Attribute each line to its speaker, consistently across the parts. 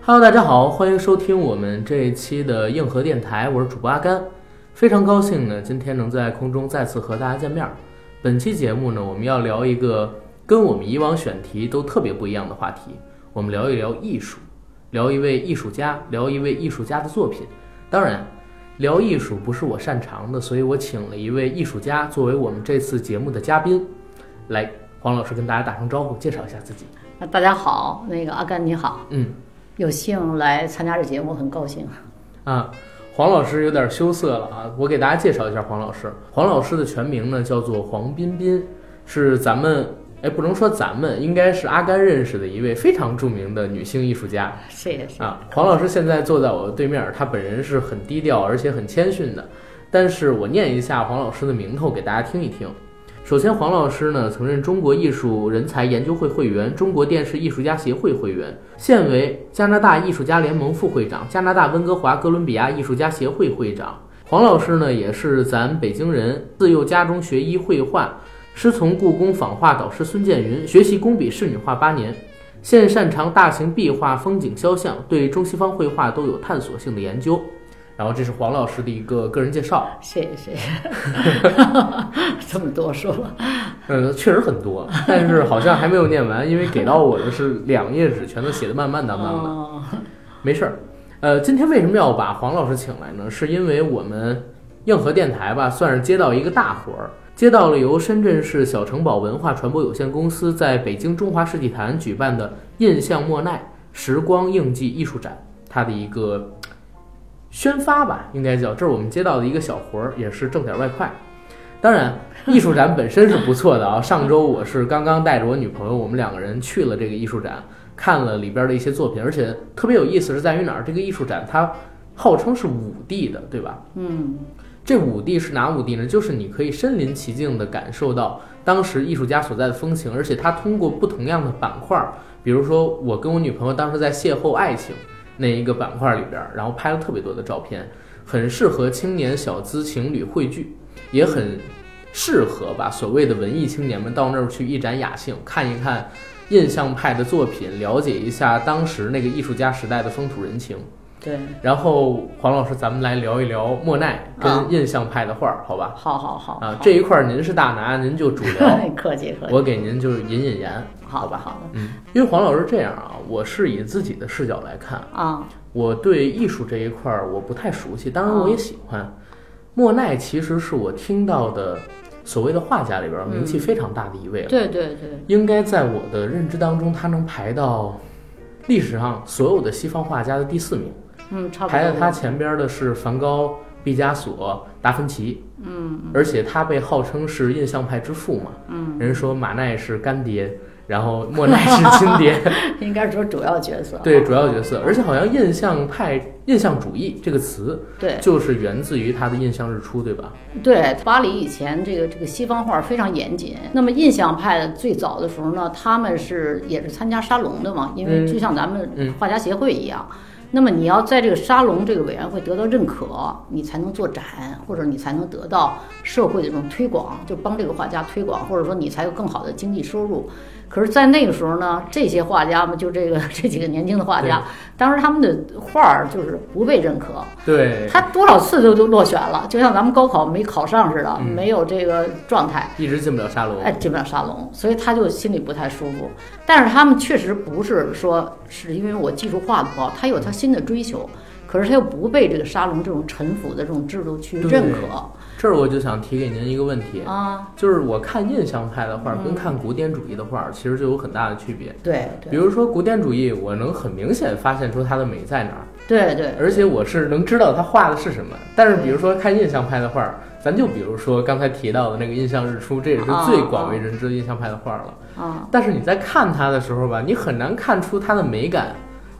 Speaker 1: Hello，大家好，欢迎收听我们这一期的硬核电台，我是主播阿甘，非常高兴呢，今天能在空中再次和大家见面儿。本期节目呢，我们要聊一个跟我们以往选题都特别不一样的话题，我们聊一聊艺术，聊一位艺术家，聊一位艺术家的作品。当然，聊艺术不是我擅长的，所以我请了一位艺术家作为我们这次节目的嘉宾。来，黄老师跟大家打声招呼，介绍一下自己。
Speaker 2: 啊，大家好，那个阿甘你好，
Speaker 1: 嗯，
Speaker 2: 有幸来参加这节目，很高兴。
Speaker 1: 啊，黄老师有点羞涩了啊，我给大家介绍一下黄老师。黄老师的全名呢叫做黄彬彬，是咱们哎不能说咱们，应该是阿甘认识的一位非常著名的女性艺术家
Speaker 2: 谢谢，谢谢。
Speaker 1: 啊。黄老师现在坐在我的对面，他本人是很低调而且很谦逊的，但是我念一下黄老师的名头给大家听一听。首先，黄老师呢曾任中国艺术人才研究会会员、中国电视艺术家协会会员，现为加拿大艺术家联盟副会长、加拿大温哥华哥伦比亚艺术家协会会长。黄老师呢也是咱北京人，自幼家中学医绘画，师从故宫仿画导师孙建云学习工笔仕女画八年，现擅长大型壁画、风景肖像，对中西方绘画都有探索性的研究。然后这是黄老师的一个个人介绍。
Speaker 2: 谢谢谢谢， 这么多说了，
Speaker 1: 嗯，确实很多， 但是好像还没有念完，因为给到我的是两页纸，全都写的慢慢当当的，
Speaker 2: 哦，
Speaker 1: 没事儿。呃，今天为什么要把黄老师请来呢？是因为我们硬核电台吧，算是接到一个大活儿，接到了由深圳市小城堡文化传播有限公司在北京中华世纪坛举办的“印象莫奈时光印记艺术展”它的一个呃宣发吧，应该叫，这是我们接到的一个小活儿，也是挣点外快。当然，艺术展本身是不错的啊。上周我是刚刚带着我女朋友，我们两个人去了这个艺术展，看了里边的一些作品，而且特别有意思是在于哪儿？这个艺术展它号称是五 D 的，对吧？
Speaker 2: 嗯，
Speaker 1: 这五 D 是哪五 D 呢？就是你可以身临其境地感受到当时艺术家所在的风情，而且他通过不同样的板块儿，比如说我跟我女朋友当时在邂逅爱情那一个板块里边儿，然后拍了特别多的照片，很适合青年小资情侣汇聚，也很适合吧所谓的文艺青年们到那儿去一展雅兴，看一看印象派的作品，了解一下当时那个艺术家时代的风土人情。
Speaker 2: 对，
Speaker 1: 然后黄老师，咱们来聊一聊莫奈
Speaker 2: 啊
Speaker 1: 跟印象派的画儿，好吧？
Speaker 2: 好好好
Speaker 1: 啊
Speaker 2: 好，
Speaker 1: 这一块儿您是大拿，您就主聊，
Speaker 2: 客气客气，
Speaker 1: 我给您就是引引言。嗯
Speaker 2: 好吧好吧，
Speaker 1: 因为黄老师这样啊，我是以自己的视角来看，
Speaker 2: 啊，
Speaker 1: 我对艺术这一块儿我不太熟悉，当然
Speaker 2: 啊
Speaker 1: 我也喜欢。莫奈其实是我听到的所谓的画家里边儿名
Speaker 2: 嗯
Speaker 1: 气非常大的一位了，
Speaker 2: 对对对，
Speaker 1: 应该在我的认知当中，他能排到历史上所有的西方画家的第四名。
Speaker 2: 嗯，差不
Speaker 1: 排在他
Speaker 2: 多，
Speaker 1: 前边的是梵高、毕加索、达芬奇，嗯，而且他被号称是印象派之父嘛，嗯，人说马奈是干爹，然后莫奈是亲 爹，
Speaker 2: 应该说主要角色，啊
Speaker 1: 对，主要角色，而且好像印象派、印象主义这个词
Speaker 2: 对
Speaker 1: 就是源自于他的印象日出，对吧？
Speaker 2: 对，巴黎以前这个这个西方画非常严谨。那么印象派最早的时候呢，他们是也是参加沙龙的嘛，因为
Speaker 1: 嗯
Speaker 2: 就像咱
Speaker 1: 嗯
Speaker 2: 们画家协会一样。那么你要在这个沙龙这个委员会得到认可，你才能做展，或者你才能得到社会的这种推广，就帮这个画家推广，或者说你才有更好的经济收入。可是，在那个时候呢，这些画家嘛，就这个这几个年轻的画家，当时他们的画儿就是不被认可，
Speaker 1: 对，
Speaker 2: 他多少次都都落选了，就像咱们高考没考上似的，没有这个状态，
Speaker 1: 一直进不了沙龙，
Speaker 2: 哎，进不了沙龙，所以他就心里不太舒服。但是他们确实不是说是因为我技术画的不好，他有他新的追求，可是他又不被这个沙龙这种臣服的这种制度去认可
Speaker 1: 这儿我就想提给您一个问题。
Speaker 2: 啊。
Speaker 1: 就是我看印象派的
Speaker 2: 嗯
Speaker 1: 画跟看古典主义的画，其实就有很大的区别。
Speaker 2: 对
Speaker 1: 比
Speaker 2: 对
Speaker 1: 如说古典主义，我能很明显发现出它的美在哪儿，
Speaker 2: 对对，
Speaker 1: 而且我是能知道它画的是什么。但是比如说看印象派的画儿，咱就比如说刚才提到的那个《印象日出》，这也是最广为人知的印象派的画儿了。
Speaker 2: 啊，
Speaker 1: 但是你在看它的时候吧，你很难看出它的美感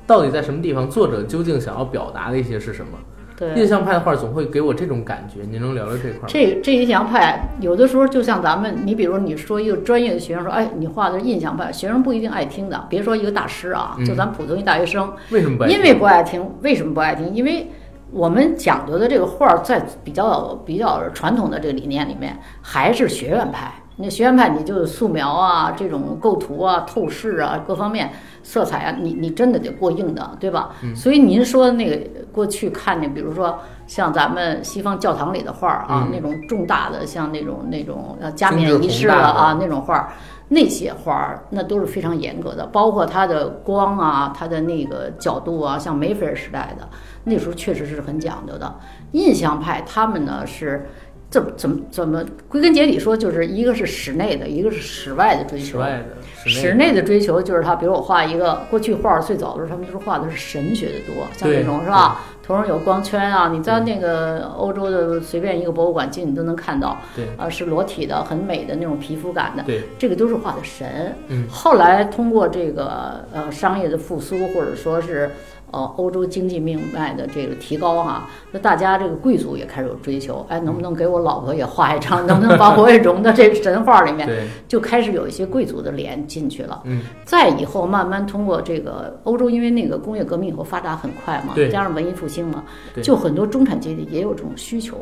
Speaker 1: 到底在什么地方，作者究竟想要表达的一些是什么。
Speaker 2: 对。
Speaker 1: 印象派的画儿总会给我这种感觉，您能聊聊这块儿吗？
Speaker 2: 这这印象派有的时候就像咱们，你比如你说一个专业的学生说，哎，你画的是印象派，学生不一定爱听的。别说一个大师啊，就咱普通一大学生，
Speaker 1: 为什么不爱
Speaker 2: 因为不爱听，为什么不爱听？因为我们讲究的这个画儿，在比较比较传统的这个理念里面，还是学院派。你学院派你就素描啊，这种构图啊、透视啊各方面色彩啊，你你真的得过硬的，对吧？
Speaker 1: 嗯
Speaker 2: 所以您说那个过去看见，比如说像咱们西方教堂里的画儿
Speaker 1: 嗯
Speaker 2: 啊，那种重大的，像那种那种呃加
Speaker 1: 精
Speaker 2: 冕
Speaker 1: 致
Speaker 2: 仪
Speaker 1: 宏
Speaker 2: 式
Speaker 1: 大
Speaker 2: 了
Speaker 1: 的
Speaker 2: 啊那种画儿。那些画儿那都是非常严格的，包括它的光啊，它的那个角度啊，像梅菲尔时代的那时候确实是很讲究的。印象派他们呢是怎么怎么怎么归根结底说，就是一个是室内的，一个是室外的追
Speaker 1: 室
Speaker 2: 求。
Speaker 1: 外的、
Speaker 2: 室
Speaker 1: 内
Speaker 2: 内的追求就是他，比如我画一个，过去画儿最早的时候，他们就是画的是神学的多，像
Speaker 1: 对
Speaker 2: 这种是吧？头上有光圈啊，你在那个欧洲的随便一个博物馆进，你都能看到，
Speaker 1: 对
Speaker 2: 啊，是裸体的，很美的那种皮肤感的
Speaker 1: 的，对
Speaker 2: 这个都是画的神。
Speaker 1: 嗯，
Speaker 2: 后来通过这个呃商业的复苏，或者说是呃欧洲经济命脉的这个提高哈，那大家这个贵族也开始有追求，哎，
Speaker 1: 嗯
Speaker 2: 能不能给我老婆也画一张？能不能把我也融到这神画里面？
Speaker 1: 对，
Speaker 2: 就开始有一些贵族的脸进去了。
Speaker 1: 嗯，
Speaker 2: 再以后慢慢通过这个欧洲，因为那个工业革命以后发达很快嘛，
Speaker 1: 对
Speaker 2: 加上文艺复兴嘛，
Speaker 1: 对
Speaker 2: 就很多中产阶级也有这种需求。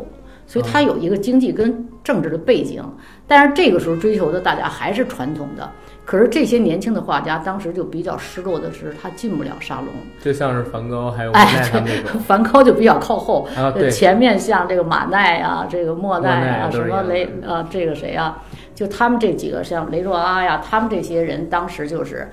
Speaker 2: 所以它有一个经济跟政治的背景，但是这个时候追求的大家还是传统的。可是这些年轻的画家当时就比较失落的是，他进不了沙龙，
Speaker 1: 就像是梵高还有莫
Speaker 2: 哎
Speaker 1: 奈他们那种、
Speaker 2: 梵高就比较靠后，
Speaker 1: 啊，对，
Speaker 2: 呃前面像这个马奈啊，这个莫奈啊，
Speaker 1: 莫奈啊
Speaker 2: 什么雷
Speaker 1: 都是一
Speaker 2: 啊，这个谁啊，就他们这几个像雷诺阿呀，他们这些人当时就是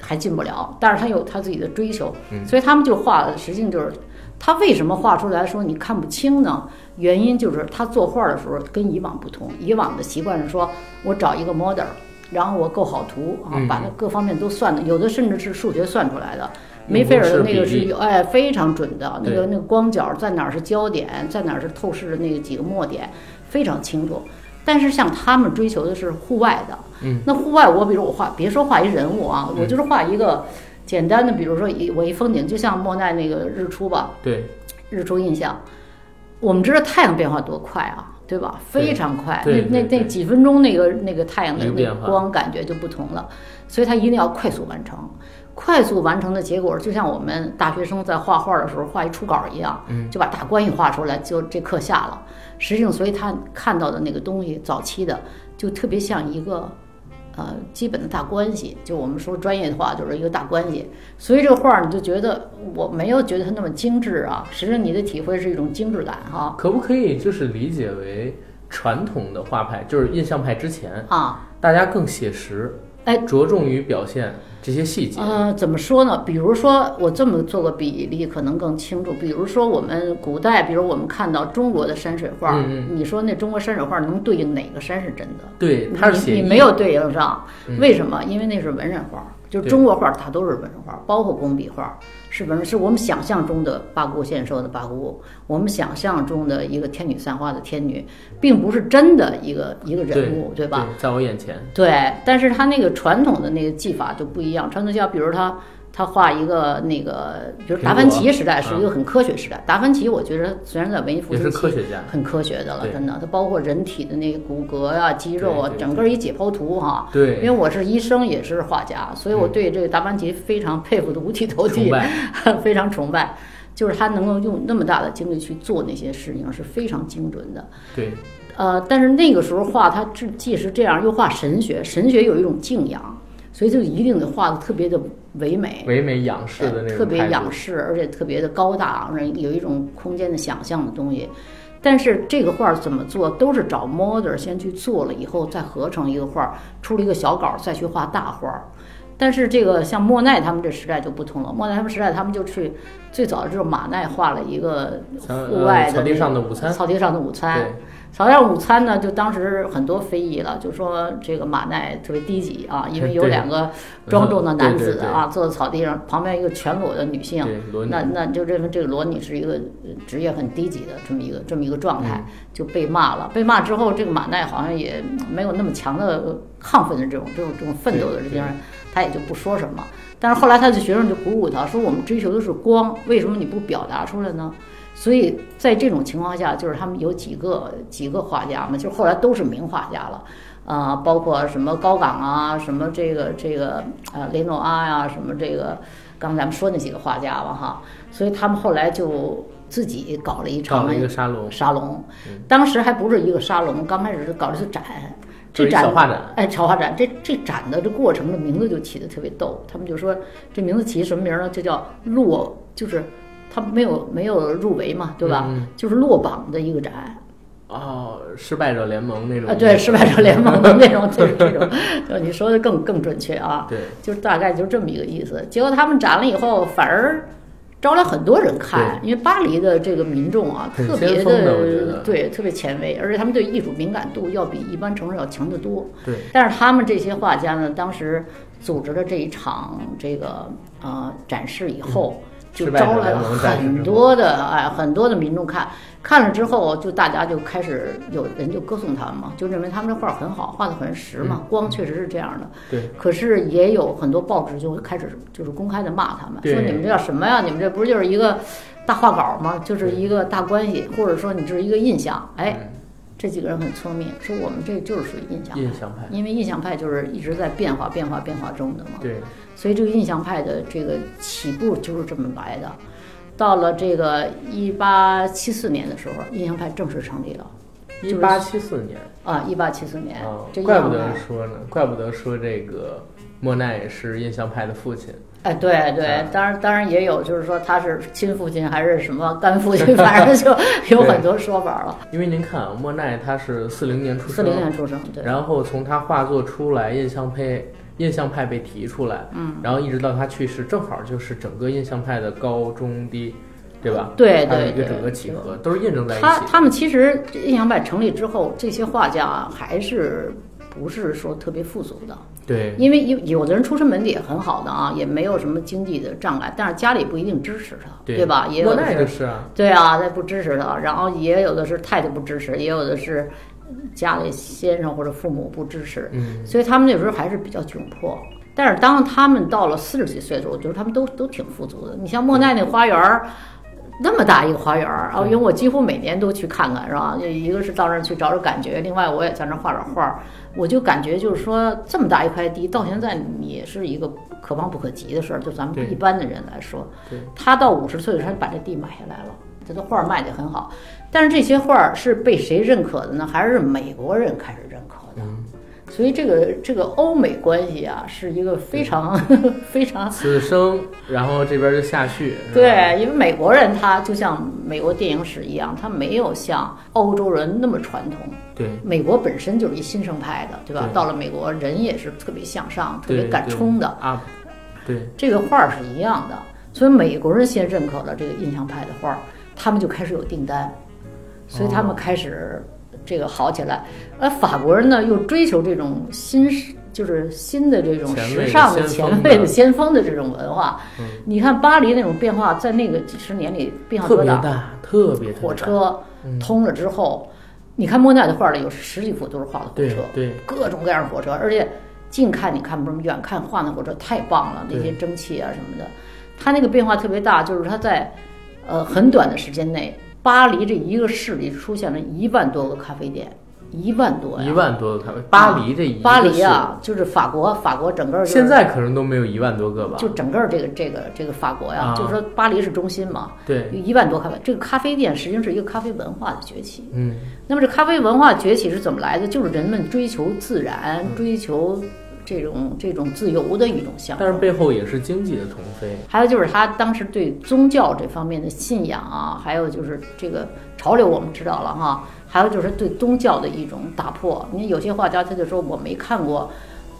Speaker 2: 还进不了，但是他有他自己的追求，
Speaker 1: 嗯
Speaker 2: 所以他们就画，实际就是他为什么画出来说你看不清呢？原因就是他作画的时候跟以往不同，以往的习惯是说我找一个 model。然后我构好图啊，
Speaker 1: 嗯
Speaker 2: 把它各方面都算的，有的甚至是数学算出来的。
Speaker 1: 嗯
Speaker 2: 梅菲尔的
Speaker 1: 是
Speaker 2: 那个
Speaker 1: 比
Speaker 2: 是
Speaker 1: 例
Speaker 2: 有哎非常准的，
Speaker 1: 嗯
Speaker 2: 那
Speaker 1: 对
Speaker 2: 个那个光角在哪儿是焦点，在哪儿是透视的那个几个墨点，非常清楚。但是像他们追求的是户外的，
Speaker 1: 嗯，
Speaker 2: 那户外我比如我画，别说画一人物啊，我就是画一个简单的，比如说一我一风景，就像莫奈那个日出吧，
Speaker 1: 对
Speaker 2: 日出印象。我们知道太阳变化多快啊，对吧？
Speaker 1: 对
Speaker 2: 非常快，那
Speaker 1: 对
Speaker 2: 那
Speaker 1: 对
Speaker 2: 那
Speaker 1: 对
Speaker 2: 几分钟那个那个太阳的
Speaker 1: 一个
Speaker 2: 那
Speaker 1: 变
Speaker 2: 个
Speaker 1: 化
Speaker 2: 光感觉就不同了，所以它一定要快速完成。快速完成的结果，就像我们大学生在画画的时候画一初稿一样，
Speaker 1: 嗯
Speaker 2: 就把大观一画出来，就这课下了。实际上，所以他看到的那个东西，早期的就特别像一个呃基本的大关系，就我们说专业的话，就是一个大关系。所以这个画儿你就觉得我没有觉得它那么精致啊，实际上你的体会是一种精致感哈
Speaker 1: 可不可以就是理解为传统的画派，就是印象派之前，
Speaker 2: 啊，
Speaker 1: 大家更写实，
Speaker 2: 哎
Speaker 1: 着重于表现这些细节，
Speaker 2: 呃，怎么说呢？比如说，我这么做个比例可能更清楚。比如说，我们古代，比如我们看到中国的山水画，
Speaker 1: 嗯
Speaker 2: 你说那中国山水画能对应哪个山是真的？
Speaker 1: 对，他是写
Speaker 2: 你你
Speaker 1: 意
Speaker 2: 没有对应上，
Speaker 1: 嗯
Speaker 2: 为什么？因为那是文人画，就是
Speaker 1: 对
Speaker 2: 中国画它都是文人画，包括工笔画是文人，是我们想象中的八姑献寿的八姑，我们想象中的一个天女散花的天女，并不是真的一个一个人物，
Speaker 1: 对
Speaker 2: 对吧？？
Speaker 1: 在我眼前，
Speaker 2: 对，但是他那个传统的那个技法就不一样。传统技法，比如他他画一个那个，比如达芬奇时代
Speaker 1: 苹
Speaker 2: 是
Speaker 1: 果啊
Speaker 2: 一个很科学时代。达芬奇，我觉得虽然在文艺复
Speaker 1: 也是
Speaker 2: 兴
Speaker 1: 科
Speaker 2: 期
Speaker 1: 学家，
Speaker 2: 很科学的了，
Speaker 1: 对
Speaker 2: 真的，它包括人体的那个骨骼呀、肌肉啊
Speaker 1: 对，对
Speaker 2: 整个一解剖图哈。因为
Speaker 1: 对，
Speaker 2: 我是医生，也是画家，所以我对这个达芬奇非常佩服的五体投
Speaker 1: 崇
Speaker 2: 地，
Speaker 1: 拜，
Speaker 2: 非常崇拜。就是他能够用那么大的精力去做那些事情，是非常精准的。
Speaker 1: 对，
Speaker 2: 呃，但是那个时候画他既既是这样，又画神学，神学有一种敬仰，所以就一定得画的特别的唯美，
Speaker 1: 唯美仰视的那种
Speaker 2: 特别
Speaker 1: 态度
Speaker 2: 仰视，而且特别的高大，让人有一种空间的想象的东西。但是这个画儿怎么做，都是找 model 先去做了，以后再合成一个画儿，出了一个小稿儿，再去画大画儿。但是这个像莫奈他们这时代就不同了，莫奈他们时代他们就去最早就是马奈画了一个
Speaker 1: 像
Speaker 2: 户
Speaker 1: 呃
Speaker 2: 外的
Speaker 1: 草地
Speaker 2: 那
Speaker 1: 上的午餐，
Speaker 2: 草地上的午餐，
Speaker 1: 对，
Speaker 2: 朝阳午餐呢，就当时很多非议了，就说这个马奈特别低级啊，因为有
Speaker 1: 对
Speaker 2: 两个庄重的男
Speaker 1: 嗯对
Speaker 2: 子
Speaker 1: 对对
Speaker 2: 啊，坐在草地上，旁边一个全裸的女性，
Speaker 1: 对，罗尼
Speaker 2: 那那就认为这个罗女是一个呃职业很低级的这么一个这么一个状态，
Speaker 1: 嗯
Speaker 2: 就被骂了。被骂之后，这个马奈好像也嗯没有那么强的呃亢奋的这种这种这种奋斗的这
Speaker 1: 对
Speaker 2: 精神，他也就不说什么。但是后来他的学生就鼓舞他说：“我们追求的是光，为什么你不表达出来呢？”所以在这种情况下，就是他们有几个几个画家嘛，就后来都是名画家了。啊、包括什么高岗啊，什么这个这个呃雷诺阿呀、什么这个刚才咱们说那几个画家吧哈，所以他们后来就自己搞了一
Speaker 1: 搞
Speaker 2: 场
Speaker 1: 了一个沙龙，嗯
Speaker 2: 沙龙，当时还不是一个沙龙，刚开始是搞了一个展，
Speaker 1: 就是
Speaker 2: 这
Speaker 1: 一小
Speaker 2: 展
Speaker 1: 画展，
Speaker 2: 哎，潮画展这这展的这过程的名字就起的特别逗，他们就说这名字起什么名儿呢？就叫落，就是他没有没有入围嘛，对吧？
Speaker 1: 嗯
Speaker 2: 就是落榜的一个展，
Speaker 1: 哦，失败者联盟那种
Speaker 2: 啊，对，失败者联盟的那种，就是这 种，呃你说的更更准确啊，
Speaker 1: 对
Speaker 2: 就是大概就这么一个意思。结果他们展了以后，反而招来很多人看，因为巴黎的这个民众啊，
Speaker 1: 很
Speaker 2: 特别
Speaker 1: 先锋的我觉得
Speaker 2: 对，特别前卫，而且他们对艺术敏感度要比一般城市要强得多。
Speaker 1: 对，
Speaker 2: 但是他们这些画家呢，当时组织了这一场这个呃展示以后，就
Speaker 1: 嗯失败者
Speaker 2: 招来了
Speaker 1: 联盟展示
Speaker 2: 很
Speaker 1: 之后
Speaker 2: 多的哎很多的民众看，看了之后就大家就开始有人就歌颂他们嘛，就认为他们这画很好，画的很实嘛，
Speaker 1: 嗯
Speaker 2: 光确实是这样的。
Speaker 1: 对，
Speaker 2: 可是也有很多报纸就开始就是公开的骂他们，
Speaker 1: 对
Speaker 2: 说你们这叫什么呀？你们这不是就是一个大画稿吗？就是一个大关系，或者说你这是一个印象。哎，
Speaker 1: 嗯
Speaker 2: 这几个人很聪明，说我们这就是属于印象派
Speaker 1: 印象派，
Speaker 2: 因为印象派就是一直在变化、变化、变化中的嘛，
Speaker 1: 对，
Speaker 2: 所以这个印象派的这个起步就是这么来的。到了这个一八七四年的时候，印象派正式成立了
Speaker 1: 一八七四年
Speaker 2: 啊，一八七四年，
Speaker 1: 啊
Speaker 2: 这，印
Speaker 1: 怪不
Speaker 2: 象
Speaker 1: 得
Speaker 2: 派，
Speaker 1: 说呢，怪不得说这个莫奈是印象派的父亲，
Speaker 2: 哎，对对
Speaker 1: 啊，
Speaker 2: 当然当然也有，就是说他是亲父亲还是什么干父亲， 反正 就有很多说法了。
Speaker 1: 因为您看啊，莫奈他是四零年出
Speaker 2: 四
Speaker 1: 生，
Speaker 2: 零年出生，对，
Speaker 1: 然后从他画作出来，印象派印象派被提出来，嗯，然后一直到他去世，正好就是整个印象派的高中低，对吧？
Speaker 2: 对
Speaker 1: 它的
Speaker 2: 对
Speaker 1: 一个整个
Speaker 2: 对
Speaker 1: 几何都是印证在一
Speaker 2: 他
Speaker 1: 起。
Speaker 2: 他们其实印象派成立之后，这些画家啊还是不是说特别富足的。
Speaker 1: 对，
Speaker 2: 因为有有的人出身门第也很好的啊，也没有什么经济的障碍，但是家里不一定支持他，
Speaker 1: 对
Speaker 2: 吧？也有
Speaker 1: 莫
Speaker 2: 的，
Speaker 1: 奈就是是啊，
Speaker 2: 对啊，他不支持他，然后也有的是太太不支持，也有的是家里先生或者父母不支持，
Speaker 1: 嗯，
Speaker 2: 所以他们那时候还是比较窘迫。但是当他们到了四十几岁的时候，我觉得他们都都挺富足的。你像莫奈那花园儿。那么大一个花园儿
Speaker 1: 嗯
Speaker 2: 啊，因为我几乎每年都去看看，是吧？就一个是到那儿去找找感觉，另外我也在那儿画点画儿，我就感觉就是说，这么大一块地，到现在也是一个可望不可及的事儿。就咱
Speaker 1: 对
Speaker 2: 们一般的人来说
Speaker 1: 对，
Speaker 2: 他到五十岁的时候，他把这地买下来了，他的画儿卖得很好，但是这些画儿是被谁认可的呢？还是美国人开始认可的？
Speaker 1: 嗯
Speaker 2: 所以这个这个欧美关系啊，是一个非常 非常
Speaker 1: 此生，然后这边就下去，是吧，
Speaker 2: 对，因为美国人他就像美国电影史一样，他没有像欧洲人那么传统。
Speaker 1: 对，
Speaker 2: 美国本身就是一新生派的，对吧？
Speaker 1: 对
Speaker 2: 到了美国，人也是特别向上、特别
Speaker 1: 对
Speaker 2: 敢冲的。
Speaker 1: 啊，对，
Speaker 2: 这个画儿是一样的，所以美国人先认可了这个印象派的画儿，他们就开始有订单，所以他们开始这个好起来。而法国人呢，又追求这种新时，就是新的这种
Speaker 1: 前卫的
Speaker 2: 时尚的、
Speaker 1: 先锋
Speaker 2: 前
Speaker 1: 的嗯
Speaker 2: 卫的、先锋的这种文化。你看巴黎那种变化，在那个几十年里变化
Speaker 1: 特
Speaker 2: 多
Speaker 1: 别
Speaker 2: 大？
Speaker 1: 大，特别特别
Speaker 2: 火
Speaker 1: 大，
Speaker 2: 车通了之后，你看莫奈的画里有十几幅都是画的火
Speaker 1: 对
Speaker 2: 车，
Speaker 1: 对，
Speaker 2: 各种各样的火车，而且近看你看不着，远看画那火车太棒了，那
Speaker 1: 对
Speaker 2: 些蒸汽啊什么的，它那个变化特别大，就是它在呃很短的时间内，巴黎这一个市里出现了一万多个咖啡店，一万多
Speaker 1: 一
Speaker 2: 呀！
Speaker 1: 万多个咖啡，巴黎这一个
Speaker 2: 巴黎
Speaker 1: 市，
Speaker 2: 啊，就是法国，法国整个、就是、
Speaker 1: 现在可能都没有一万多个吧，
Speaker 2: 就整个这个这个这个法国
Speaker 1: 啊
Speaker 2: 呀，就是说巴黎是中心嘛，
Speaker 1: 对，
Speaker 2: 有一万多咖啡，这个咖啡店实际上是一个咖啡文化的崛起。
Speaker 1: 嗯，
Speaker 2: 那么这咖啡文化崛起是怎么来的？就是人们追求自然，
Speaker 1: 嗯
Speaker 2: 追求这种这种自由的一种向
Speaker 1: 但是
Speaker 2: 往。
Speaker 1: 背后也是经济的腾飞，
Speaker 2: 还有就是他当时对宗教这方面的信仰啊，还有就是这个潮流我们知道了哈，还有就是对宗教的一种打破。你看有些画家他就说我没看过，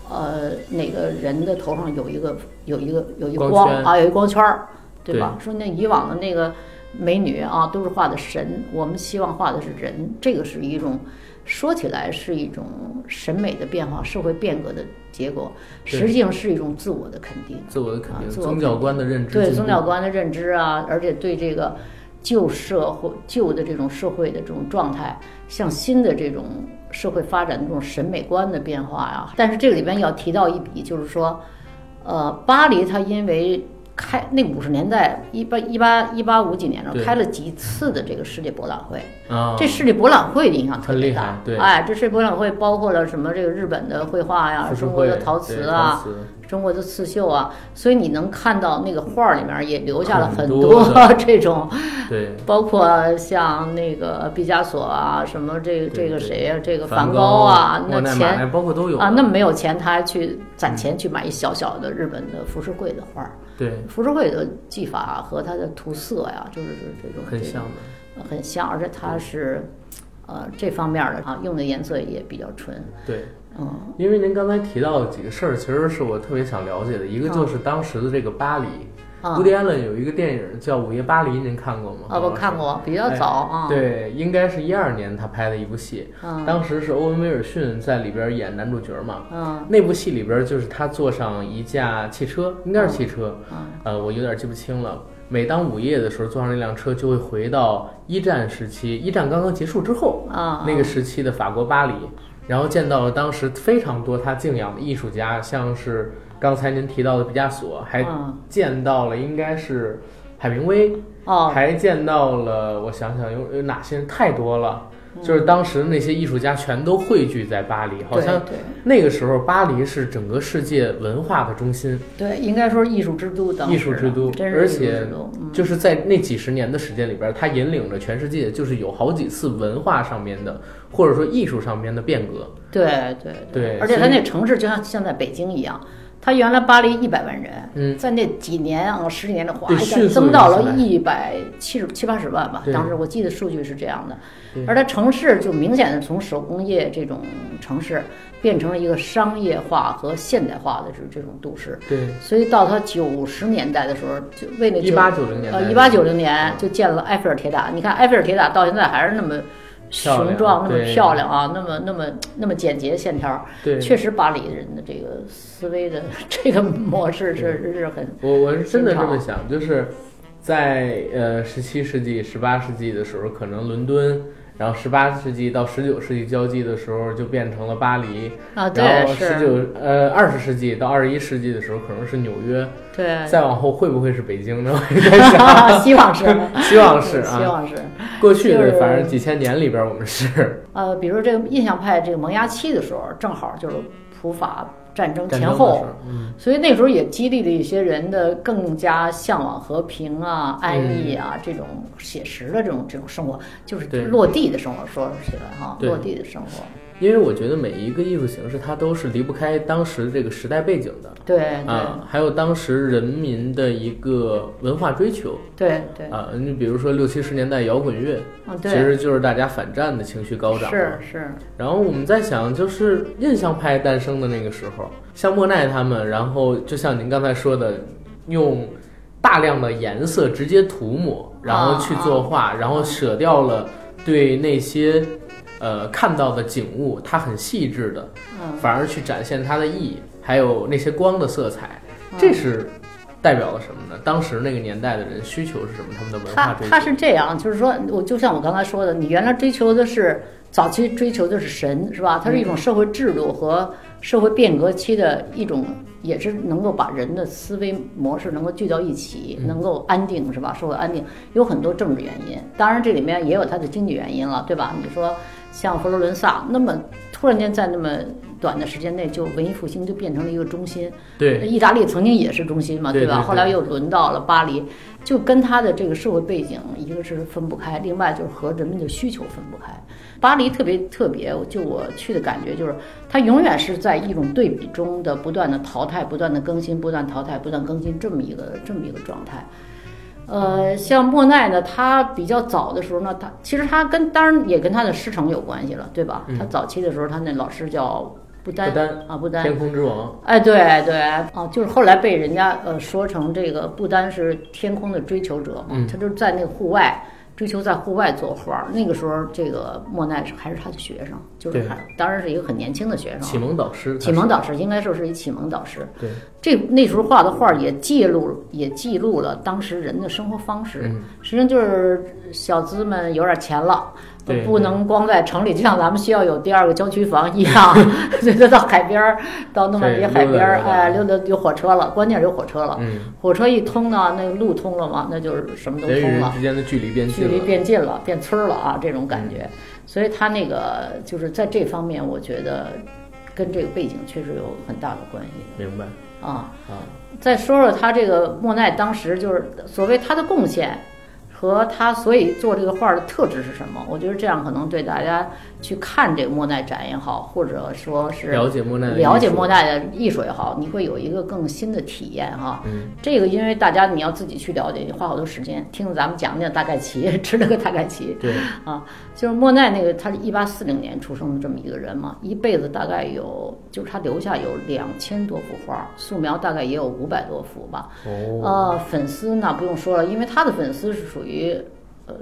Speaker 2: 呃，哪个人的头上有一个有一个有一
Speaker 1: 光
Speaker 2: 个光
Speaker 1: 圈
Speaker 2: 啊，有一光圈儿，对吧？说那以往的那个美女啊，都是画的神，我们希望画的是人，这个是一种说起来是一种审美的变化，社会变革的结果，
Speaker 1: 对
Speaker 2: 实际上是一种自我的肯定。
Speaker 1: 自我的肯定，
Speaker 2: 啊自我
Speaker 1: 宗教观的认知进步，
Speaker 2: 对宗教观的认知啊，而且对这个旧社会、旧的这种社会的这种状态，向新的这种社会发展的这种审美观的变化呀、但是这个里边要提到一笔，就是说，呃，巴黎它因为开那五十年代一八一八一八五几年的时
Speaker 1: 对
Speaker 2: 候开了几次的这个世界博览会，
Speaker 1: 啊，
Speaker 2: 这世界博览会的影响特别
Speaker 1: 很厉害
Speaker 2: 大。
Speaker 1: 对
Speaker 2: 哎，这世界博览会包括了什么？这个日本的绘画呀，
Speaker 1: 浮世
Speaker 2: 中啊国的
Speaker 1: 绘
Speaker 2: 陶
Speaker 1: 对
Speaker 2: 瓷
Speaker 1: 陶
Speaker 2: 啊，
Speaker 1: 瓷
Speaker 2: 中国的刺绣啊，所以你能看到那个画儿里面也留下了
Speaker 1: 很
Speaker 2: 很
Speaker 1: 多的
Speaker 2: 这种，
Speaker 1: 对
Speaker 2: 包括像那个毕加索啊，什么这个这
Speaker 1: 对
Speaker 2: 个
Speaker 1: 对
Speaker 2: 谁呀、这个
Speaker 1: 梵
Speaker 2: 梵高啊，
Speaker 1: 莫
Speaker 2: 那
Speaker 1: 奈马
Speaker 2: 前
Speaker 1: 奈包括都有
Speaker 2: 啊，那么没有钱，他还去攒钱去买一小小的日本的浮世绘的画儿。
Speaker 1: 对
Speaker 2: 浮世绘的技法啊和它的涂色呀，就是这种
Speaker 1: 很像的，
Speaker 2: 这种很像，而且它是呃这方面的啊，用的颜色也比较纯。
Speaker 1: 对。
Speaker 2: 嗯，
Speaker 1: 因为您刚才提到的几个事儿，其实是我特别想了解的。一个就是当时的这个巴黎，
Speaker 2: 啊
Speaker 1: 乌迪安伦有一个电影叫《午夜巴黎》，您看过吗？
Speaker 2: 啊，我看过，比较早啊。
Speaker 1: 哎对，应该是一二年他拍的一部戏，
Speaker 2: 嗯
Speaker 1: 当时是欧文威尔逊在里边演男主角嘛。
Speaker 2: 嗯
Speaker 1: 那部戏里边就是他坐上一架汽车，应该是汽车，
Speaker 2: 嗯
Speaker 1: 呃，我有点记不清了。每当午夜的时候，坐上那辆车就会回到一战时期，一战刚刚结束之后，
Speaker 2: 啊，
Speaker 1: 那个时期的法国巴黎，然后见到了当时非常多他敬仰的艺术家，像是刚才您提到的毕加索，还
Speaker 2: 嗯
Speaker 1: 见到了应该是海明威，
Speaker 2: 哦
Speaker 1: 还见到了我想想有有哪些人太多了，
Speaker 2: 嗯
Speaker 1: 就是当时那些艺术家全都汇聚在巴黎，好
Speaker 2: 对
Speaker 1: 像
Speaker 2: 对
Speaker 1: 那个时候巴黎是整个世界文化的中心，
Speaker 2: 对，应该说是艺术之都，当时
Speaker 1: 艺术之都
Speaker 2: 真，
Speaker 1: 而
Speaker 2: 是艺术
Speaker 1: 且
Speaker 2: 之都。嗯
Speaker 1: 就是在那几十年的时间里边，它引领着全世界，就是有好几次文化上面的，或者说艺术上面的变革。
Speaker 2: 对对
Speaker 1: 对
Speaker 2: 而且
Speaker 1: 所
Speaker 2: 它
Speaker 1: 以
Speaker 2: 那城市就像像在北京一样，它原来巴黎一百万人，
Speaker 1: 嗯
Speaker 2: 在那几年啊十几年的哗
Speaker 1: 对
Speaker 2: 一下
Speaker 1: 迅速
Speaker 2: 增到
Speaker 1: 地
Speaker 2: 了
Speaker 1: 起
Speaker 2: 一百七十七八十万吧
Speaker 1: 对，
Speaker 2: 当时我记得数据是这样的
Speaker 1: 对。
Speaker 2: 而它城市就明显的从手工业这种城市变成了一个商业化和现代化的这这种都市。
Speaker 1: 对，
Speaker 2: 所以到它九十年代的时候，就为了
Speaker 1: 1890年代
Speaker 2: 呃，一八九零
Speaker 1: 啊
Speaker 2: 年就建了埃菲尔铁塔。你看埃菲尔铁塔到现在还是那么
Speaker 1: 漂亮
Speaker 2: 雄壮，那么
Speaker 1: 对
Speaker 2: 漂亮啊，那么那么那么简洁线条。
Speaker 1: 对
Speaker 2: 确实巴黎人的这个思维的 这个模式是是很
Speaker 1: 我我是真的这么想，就是在呃十七世纪、十八世纪的时候，可能伦敦，然后十八世纪到十九世纪交际的时候，就变成了巴黎，
Speaker 2: 啊，
Speaker 1: 然
Speaker 2: 对
Speaker 1: 后十
Speaker 2: 是，
Speaker 1: 九呃二十世纪到二十一世纪的时候，可能是纽约，
Speaker 2: 对，
Speaker 1: 再往后会不会是北京呢？ 我在想，
Speaker 2: 希望是，
Speaker 1: 希望是
Speaker 2: 希
Speaker 1: 啊，
Speaker 2: 望是。
Speaker 1: 过去
Speaker 2: 就
Speaker 1: 的
Speaker 2: 是
Speaker 1: 反正几千年里边我们是
Speaker 2: 呃，比如这个印象派这个萌芽期的时候，正好就是普法战争
Speaker 1: 战
Speaker 2: 前
Speaker 1: 争的
Speaker 2: 后
Speaker 1: 时候，嗯，
Speaker 2: 所以那时候也激励了一些人的更加向往和平
Speaker 1: 嗯
Speaker 2: 啊、安逸啊、这种写实的这种这种生活，就是
Speaker 1: 对
Speaker 2: 落地的生活，说起来哈，
Speaker 1: 对
Speaker 2: 落地的生活，
Speaker 1: 因为我觉得每一个艺术形式它都是离不开当时这个时代背景的。
Speaker 2: 对
Speaker 1: 啊，还有当时人民的一个文化追求
Speaker 2: 对对对，
Speaker 1: 啊，你比如说六七十年代摇滚乐，
Speaker 2: 嗯
Speaker 1: 其
Speaker 2: 对，
Speaker 1: 实就是大家反战的情绪高涨。
Speaker 2: 是。是，
Speaker 1: 然后我们在想，就是印象派诞生的那个时候，像莫奈他们，然后就像您刚才说的，用大量的颜色直接涂抹，然后去作
Speaker 2: 哦
Speaker 1: 画，然后舍掉了对那些呃看到的景物，它很细致的
Speaker 2: 嗯，
Speaker 1: 反而去展现它的意义，还有那些光的色彩，
Speaker 2: 嗯
Speaker 1: 这是代表了什么呢？当时那个年代的人需求是什么？他们的文化
Speaker 2: 他
Speaker 1: 追
Speaker 2: 他
Speaker 1: 求。
Speaker 2: 是这样，就是说，我就像我刚才说的，你原来追求的是早期追求的是神，是吧？它是
Speaker 1: 嗯
Speaker 2: 一种社会制度和社会变革期的一种，也是能够把人的思维模式能够聚到一
Speaker 1: 嗯
Speaker 2: 起，能够安定，是吧？社会安定有很多政治原因，当然这里面也有它的经济原因了，对吧？你说像佛罗伦萨，那么突然间在那么短的时间内，就文艺复兴就变成了一个中心，
Speaker 1: 对，
Speaker 2: 意大利曾经也是中心嘛，
Speaker 1: 对
Speaker 2: 吧？
Speaker 1: 对对
Speaker 2: 后来又轮到了巴黎，就跟它的这个社会背景，一个是分不开，另外就是和人们的需求分不开。巴黎特别特别，就我去的感觉就是，它永远是在一种对比中的不断的淘汰、不断的更新、不断淘汰、不断更新这么一个这么一个状态。呃，像莫奈呢，他比较早的时候呢，他其实他跟当然也跟他的师承有关系了，对吧？他早期的时候，他那老师叫布丹
Speaker 1: 不嗯丹
Speaker 2: 啊，布丹，
Speaker 1: 天空之王，
Speaker 2: 哎，对对，哦，就是后来被人家呃说成这个不单是天空的追求者嘛，
Speaker 1: 嗯
Speaker 2: 他就是在那个户外追求在户外作画儿。那个时候，这个莫奈是还是他的学生，就是
Speaker 1: 对
Speaker 2: 还当然是一个很年轻的学生啊，
Speaker 1: 启蒙导师，
Speaker 2: 启蒙导师应该说是一启蒙导师。
Speaker 1: 对，
Speaker 2: 这那时候画的画也记录也记
Speaker 1: 嗯
Speaker 2: 录了当时人的生活方式。实际上就是小资们有点钱了，
Speaker 1: 对
Speaker 2: 不能光在城里，就像咱们需要有第二个郊区房 一样，所以就到海边儿，到诺曼底
Speaker 1: 对
Speaker 2: 海边儿，
Speaker 1: 溜达溜达
Speaker 2: 哎，溜达有火车了，关键是有火车了，
Speaker 1: 嗯，
Speaker 2: 火车一通呢，那个路通了嘛，那就是什么都
Speaker 1: 人与
Speaker 2: 通
Speaker 1: 人
Speaker 2: 了，
Speaker 1: 之间的距离变近
Speaker 2: 距
Speaker 1: 了，
Speaker 2: 离变近了，变村儿了啊，这种感觉。所以他那个就是在这方面，我觉得跟这个背景确实有很大的关系
Speaker 1: 明白
Speaker 2: 啊。
Speaker 1: 啊，
Speaker 2: 再说说他这个莫奈当时就是所谓他的贡献和他所以做这个画的特质是什么？我觉得这样可能对大家去看这个莫奈展也好，或者说是
Speaker 1: 了解莫奈的艺术，
Speaker 2: 了解莫奈的艺术也好，你会有一个更新的体验哈。
Speaker 1: 嗯，
Speaker 2: 这个因为大家你要自己去了解，你花好多时间听咱们讲讲大概齐，吃了个大概齐。
Speaker 1: 对，
Speaker 2: 就是莫奈那个，他是一八四零年出生的这么一个人嘛，一辈子大概有，就是他留下有两千多幅画，素描大概也有五百多幅吧。
Speaker 1: 哦，
Speaker 2: 呃，粉丝呢不用说了，因为他的粉丝是属于呃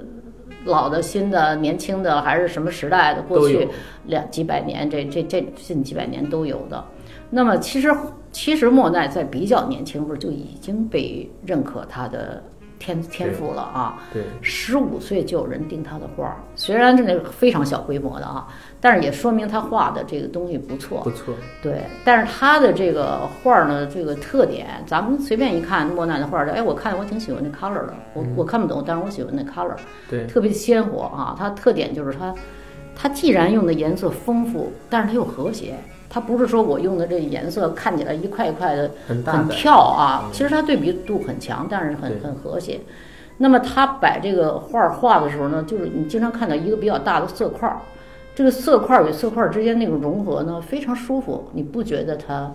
Speaker 2: 老的、新的、年轻的，还是什么时代的，过
Speaker 1: 都
Speaker 2: 去
Speaker 1: 有
Speaker 2: 两几百年，这这这近几百年都有的。那么其实其实莫奈在比较年轻时候就已经被认可他的天天赋了啊。
Speaker 1: 对，
Speaker 2: 十五岁就有人订他的画儿，虽然这个非常小规模的啊，但是也说明他画的这个东西不错
Speaker 1: 不。错，
Speaker 2: 对，但是他的这个画儿呢，这个特点，咱们随便一看莫奈的画儿，哎，我看我挺喜欢那 color 的，我我看不懂，但是我喜欢那 color，
Speaker 1: 对，
Speaker 2: 特别鲜活啊。它特点就是它，它既然用的颜色丰富，但是它又和谐。它不是说我用的这颜色看起来一块一块的
Speaker 1: 很大
Speaker 2: 很
Speaker 1: 胆，
Speaker 2: 跳啊，其实它对比度很强，但是很
Speaker 1: 对
Speaker 2: 很和谐。那么他摆这个画儿画的时候呢，就是你经常看到一个比较大的色块儿，这个色块儿与色块儿之间那种融合呢非常舒服，你不觉得它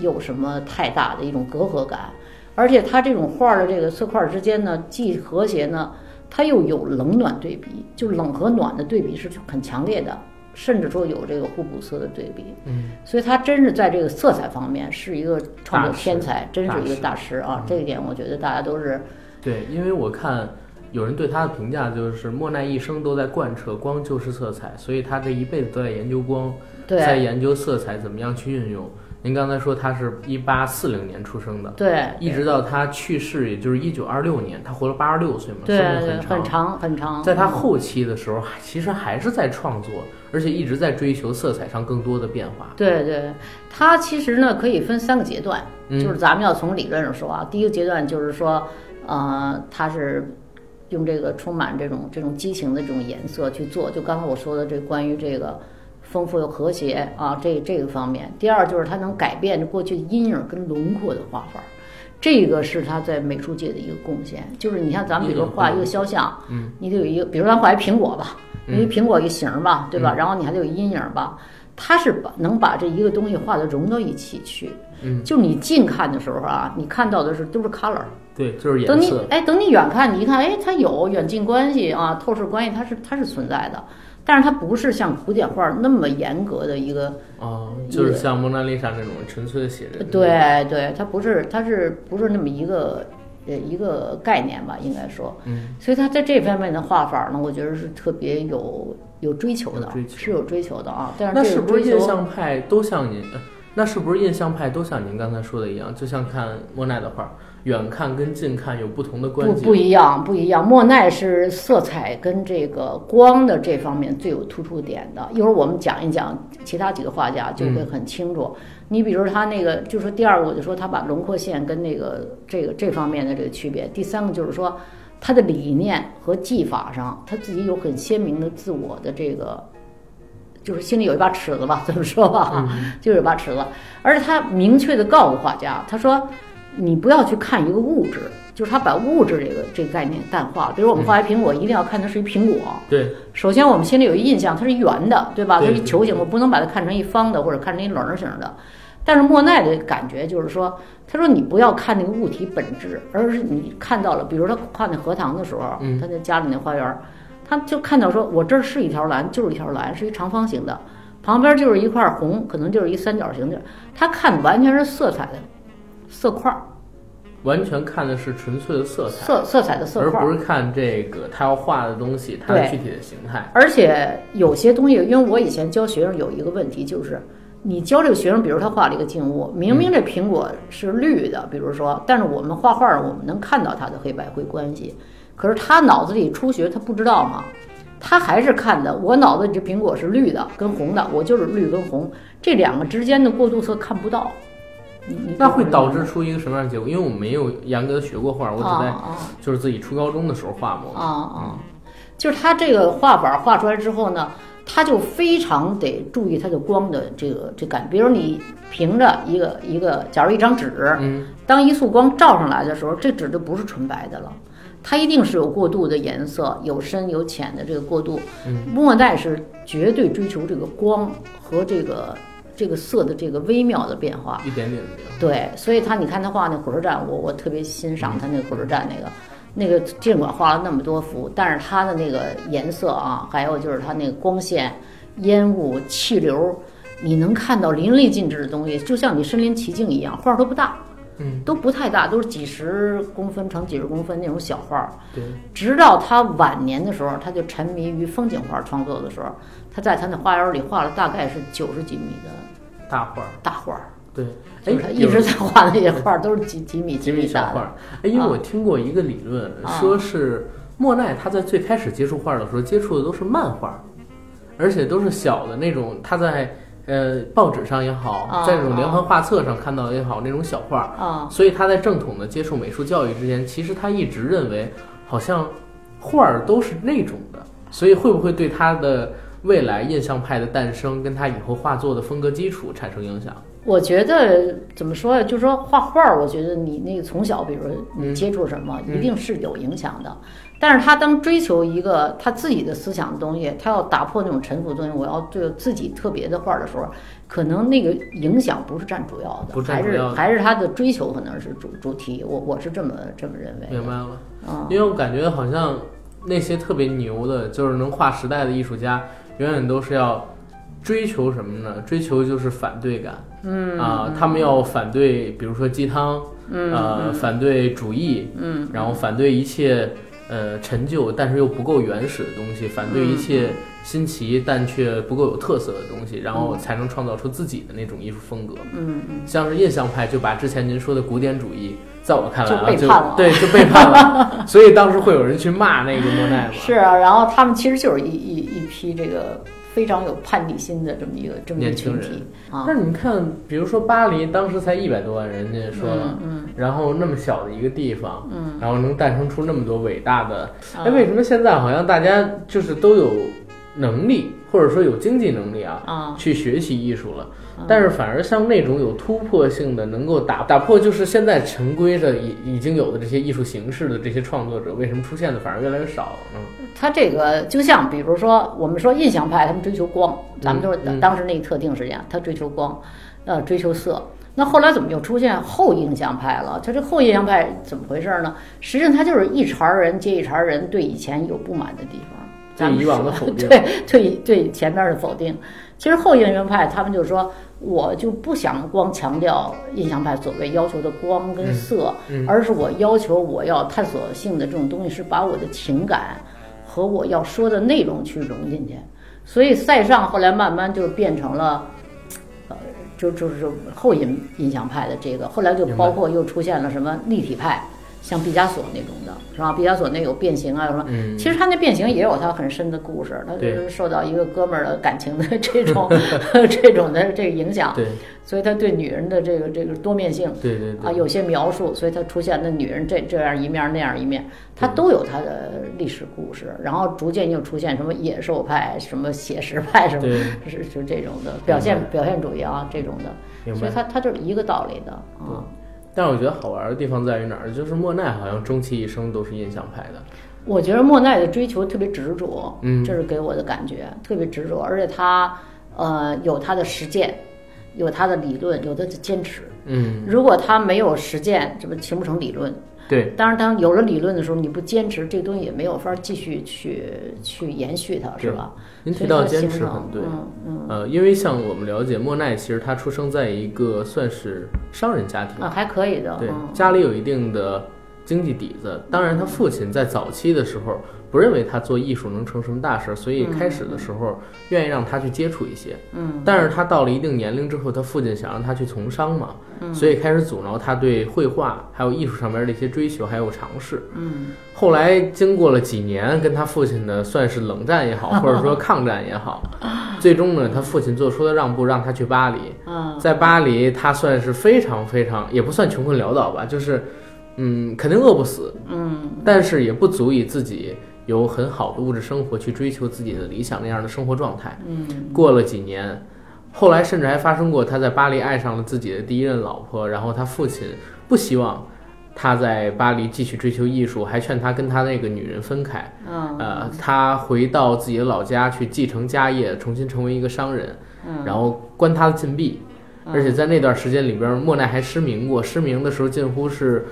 Speaker 2: 有什么太大的一种隔阂感？而且它这种画儿的这个色块儿之间呢，既和谐呢，它又有冷暖对比，就冷和暖的对比是很强烈的，甚至说有这个互补色的对比。
Speaker 1: 嗯，
Speaker 2: 所以他真是在这个色彩方面是一个创作
Speaker 1: 大师
Speaker 2: 天才，真是一个
Speaker 1: 大师嗯
Speaker 2: 大师啊！这一点我觉得大家都是
Speaker 1: 对，因为我看有人对他的评价就是莫奈一生都在贯彻光就是色彩，所以他这一辈子都在研究光，在
Speaker 2: 对
Speaker 1: 研究色彩怎么样去运用。您刚才说他是一八四零年出生的，
Speaker 2: 对，
Speaker 1: 一直到他去世，也就是一九二六年，他活了八十六岁嘛，
Speaker 2: 对
Speaker 1: 生命
Speaker 2: 对
Speaker 1: 长。
Speaker 2: 很长很长，
Speaker 1: 在他后期的时候，还其实还是在创作，而且一直在追求色彩上更多的变化。
Speaker 2: 对对，它其实呢可以分三个阶段，
Speaker 1: 嗯
Speaker 2: 就是咱们要从理论上说啊，第一个阶段就是说，呃，它是用这个充满这种这种激情的这种颜色去做，就刚才我说的这关于这个丰富又和谐啊，这这个方面。第二就是它能改变过去阴影跟轮廓的画法。这个是他在美术界的一个贡献，就是你像咱们比如说画一个肖像，
Speaker 1: 嗯，
Speaker 2: 你得有一个，比如咱画一苹果吧，
Speaker 1: 嗯
Speaker 2: 因为苹果有一个形儿吧，对吧？然后你还得有阴影儿吧，它是把能把这一个东西画的融到一起去。
Speaker 1: 嗯，
Speaker 2: 就你近看的时候啊，你看到的是都是 color，
Speaker 1: 对，就是
Speaker 2: 等
Speaker 1: 颜
Speaker 2: 你
Speaker 1: 色。
Speaker 2: 哎，等你远看，你一看，哎，它有远近关系啊，透视关系，它是它是存在的，但是它不是像古典画那么严格的一个
Speaker 1: 哦，就是像蒙娜丽莎那种纯粹的写人。，
Speaker 2: 对对，它不是，它是不是那么一个呃一个概念吧？应该说，
Speaker 1: 嗯，
Speaker 2: 所以他在这方面的画法呢，我觉得是特别有有追求的
Speaker 1: 有追，求
Speaker 2: 是有追求的啊。但
Speaker 1: 那
Speaker 2: 是这
Speaker 1: 是
Speaker 2: 个
Speaker 1: 不是
Speaker 2: 追
Speaker 1: 印
Speaker 2: 求，
Speaker 1: 象派都像您？呃那是不是印象派都像您刚才说的一样？就像看莫奈的画，远看跟近看有不同的
Speaker 2: 不
Speaker 1: 观
Speaker 2: 不
Speaker 1: 点。
Speaker 2: 一样，不一样。莫奈是色彩跟这个光的这方面最有突出点的。一会儿我们讲一讲其他几个画家，就会很清楚。你比如他那个，就说第二个，我就说他把轮廓线跟那个这个这方面的这个区别。第三个就是说他的理念和技法上，他自己有很鲜明的自我的这个。就是心里有一把尺子吧，这么说吧， 就是有一把尺子。而且他明确的告诉画家，他说你不要去看一个物质，就是他把物质这个这个概念淡化了。比如
Speaker 1: 嗯
Speaker 2: 我们画一苹果，一定要看它是一苹果。
Speaker 1: 对，
Speaker 2: 首先我们心里有一印象，它是圆的，对吧？它
Speaker 1: 对
Speaker 2: 是一球形，我不能把它看成一方的或者看成一棱儿形的。但是莫奈的感觉就是说，他说你不要看那个物体本质，而是你看到了，比如他看那荷塘的时候，
Speaker 1: 嗯
Speaker 2: 他在家里那花园儿，他就看到说，我这儿是一条蓝，就是一条蓝，是一长方形的，旁边就是一块红，可能就是一三角形的。他看完全是色彩的色块儿，
Speaker 1: 完全看的是纯粹的色彩，
Speaker 2: 色色彩的色
Speaker 1: 而
Speaker 2: 块儿
Speaker 1: 不。是看这个他要画的东西它的
Speaker 2: 对
Speaker 1: 具体的形态。
Speaker 2: 而且有些东西，因为我以前教学生有一个问题，就是你教这个学生，比如他画了一个静物，明明这苹果是绿的，比如说，但是我们画画，我们能看到它的黑白灰关系，可是他脑子里初学他不知道嘛，他还是看的我脑子里这苹果是绿的跟红的，我就是绿跟红这两个之间的过渡色看不到。你你
Speaker 1: 那会导致出一个什么样的结果？因为我没有严格的学过画，我只
Speaker 2: 啊
Speaker 1: 在
Speaker 2: 啊
Speaker 1: 就是自己初高中的时候画
Speaker 2: 啊
Speaker 1: 过。
Speaker 2: 啊！就是他这个画板画出来之后呢，他就非常得注意它的光的这个这感。比如你凭着一个一个，假如一张纸，
Speaker 1: 嗯，
Speaker 2: 当一束光照上来的时候，这纸就不是纯白的了。它一定是有过渡的颜色，有深有浅的这个过渡。莫奈是绝对追求这个光和这个这个色的这个微妙的变化。
Speaker 1: 一点点的变化。
Speaker 2: 对，所以他你看他画那火车站，我我特别欣赏他那个火车站那个，那个尽管画了那么多幅，但是他的那个颜色啊，还有就是他那个光线、烟雾、气流，你能看到淋漓尽致的东西，就像你身临其境一样。画儿都不大，
Speaker 1: 嗯，
Speaker 2: 都不太大，都是几十公分乘几十公分那种小画儿。
Speaker 1: 对，
Speaker 2: 直到他晚年的时候，他就沉迷于风景画创作的时候，他在他那花园里画了大概是九十几米的
Speaker 1: 大画儿。
Speaker 2: 大画儿。
Speaker 1: 对，
Speaker 2: 就是
Speaker 1: 哎
Speaker 2: 他一直在画那些画儿，都是几几米
Speaker 1: 几
Speaker 2: 米
Speaker 1: 米小
Speaker 2: 大
Speaker 1: 画
Speaker 2: 的。
Speaker 1: 儿。哎，因为
Speaker 2: 啊
Speaker 1: 我听过一个理论，
Speaker 2: 啊
Speaker 1: 说是莫奈他在最开始接触画儿的时候，接触的都是漫画儿，而且都是小的那种，他在呃报纸上也好，
Speaker 2: 啊
Speaker 1: 在这种连环画册上看到也好，那种小画儿。
Speaker 2: 啊
Speaker 1: 所以他在正统的接触美术教育之前，其实他一直认为好像画儿都是那种的，所以会不会对他的未来印象派的诞生跟他以后画作的风格基础产生影响？
Speaker 2: 我觉得怎么说呀？就是说画画儿，我觉得你那个从小，比如你接触什么，
Speaker 1: 嗯
Speaker 2: 一定是有影响的。但是他当追求一个他自己的思想的东西，他要打破那种沉浮的东西，我要对自己特别的画儿的时候，可能那个影响不是占主要的，
Speaker 1: 不占
Speaker 2: 还
Speaker 1: 主
Speaker 2: 是
Speaker 1: 要的
Speaker 2: 还是他的追求可能是主主题。我我是这么这么认为
Speaker 1: 明白
Speaker 2: 的。
Speaker 1: 了。
Speaker 2: 啊
Speaker 1: 因为我感觉好像那些特别牛的，就是能跨时代的艺术家，永远都是要追求什么呢？追求就是反对感，嗯啊、他们要反对，比如说鸡汤，嗯呃，反对主义，嗯，然后反对一切呃陈旧但是又不够原始的东西，反对一切
Speaker 2: 嗯
Speaker 1: 新奇但却不够有特色的东西，然后才能创造出自己的那种艺术风格。
Speaker 2: 嗯嗯，
Speaker 1: 像是印象派就把之前您说的古典主义，在我看来啊，
Speaker 2: 就背叛了
Speaker 1: 对，就背叛了。 所以当时会有人去骂那个莫奈嘛？
Speaker 2: 是啊。然后他们其实就是一一一批这个非常有叛逆心的这么一个这么一个
Speaker 1: 年轻
Speaker 2: 群
Speaker 1: 人
Speaker 2: 体啊。
Speaker 1: 那你看，比如说巴黎，当时才一百多万人，家说了，
Speaker 2: 嗯
Speaker 1: 然后那么小的一个地方，嗯，然后能诞生出那么多伟大的，哎，
Speaker 2: 嗯
Speaker 1: 为什么现在好像大家就是都有能力，或者说有经济能力啊，
Speaker 2: 啊
Speaker 1: 去学习艺术了，但是反而像那种有突破性的，能够打打破就是现在陈规的已已经有的这些艺术形式的这些创作者，为什么出现的反而越来越少了呢？
Speaker 2: 他这个就像，比如说我们说印象派，他们追求光，咱们都是
Speaker 1: 嗯
Speaker 2: 当时那特定时间，他追求光，呃，追求色。那后来怎么又出现后印象派了？他这后印象派怎么回事呢？实际上他就是一茬儿人接一茬儿人对以前有不满的地方，咱们
Speaker 1: 对以往的
Speaker 2: 说
Speaker 1: 否定
Speaker 2: 对对对前面的否定。其实后印象派他们就说，我就不想光强调印象派所谓要求的光
Speaker 1: 嗯
Speaker 2: 跟色，而是我要求我要探索性的这种东西是把我的情感和我要说的内容去融进去。所以塞尚后来慢慢就变成了，呃，就就是后印印象派的这个，后来就包括又出现了什么立体派，像毕加索那种的，是吧？毕加索那有变形啊，有什么？
Speaker 1: 嗯，
Speaker 2: 其实他那变形也有他很深的故事，他就
Speaker 1: 对
Speaker 2: 是受到一个哥们儿的感情的 这种这种的这个影响，
Speaker 1: 对
Speaker 2: 所以他对女人的这个这个多面性
Speaker 1: 对对对
Speaker 2: 啊，有些描述，所以他出现的女人这这样一面那样一面，
Speaker 1: 嗯
Speaker 2: 他都有他的历史故事，然后逐渐又出现什么野兽派、什么写实派什么，
Speaker 1: 对
Speaker 2: 是是这种的表现表现主义啊这种的，
Speaker 1: 明
Speaker 2: 所以
Speaker 1: 白。
Speaker 2: 他他就是一个道理的啊。
Speaker 1: 但是我觉得好玩的地方在于哪儿？就是莫奈好像终其一生都是印象派的，
Speaker 2: 我觉得莫奈的追求特别执着，
Speaker 1: 嗯
Speaker 2: 这是给我的感觉，特别执着，而且他呃有他的实践，有他的理论，有他的坚持。
Speaker 1: 嗯，
Speaker 2: 如果他没有实践，这不形不成理论。
Speaker 1: 对，
Speaker 2: 当然，当有了理论的时候，你不坚持，这东西也没有法继续去去延续它，是吧？
Speaker 1: 您提
Speaker 2: 所以
Speaker 1: 到
Speaker 2: 它
Speaker 1: 坚
Speaker 2: 形
Speaker 1: 持
Speaker 2: 成
Speaker 1: 很对，
Speaker 2: 嗯嗯
Speaker 1: 呃，因为像我们了解，莫奈其实他出生在一个算是商人家庭，
Speaker 2: 啊，还可以的，
Speaker 1: 对
Speaker 2: 嗯，
Speaker 1: 家里有一定的经济底子。当然，他父亲在早期的时候不认为他做艺术能成什么大事，所以开始的时候愿意让他去接触一些。
Speaker 2: 嗯，
Speaker 1: 但是他到了一定年龄之后，他父亲想让他去从商嘛，
Speaker 2: 嗯
Speaker 1: 所以开始阻挠他对绘画还有艺术上面的一些追求还有尝试。
Speaker 2: 嗯，
Speaker 1: 后来经过了几年跟他父亲的算是冷战也好，或者说抗战也 好，最终呢，他父亲做出的让步，让他去巴黎。
Speaker 2: 嗯
Speaker 1: 在巴黎，他算是非常非常，也不算穷困潦倒吧，就是，嗯，肯定饿不死，
Speaker 2: 嗯
Speaker 1: 但是也不足以自己有很好的物质生活去追求自己的理想那样的生活状态。
Speaker 2: 嗯
Speaker 1: 过了几年，后来甚至还发生过他在巴黎爱上了自己的第一任老婆，然后他父亲不希望他在巴黎继续追求艺术，还劝他跟他那个女人分开。
Speaker 2: 嗯
Speaker 1: 呃，他回到自己的老家去继承家业，重新成为一个商人，
Speaker 2: 嗯
Speaker 1: 然后关他禁闭，而且在那段时间里边，莫奈还失明过，失明的时候近乎是。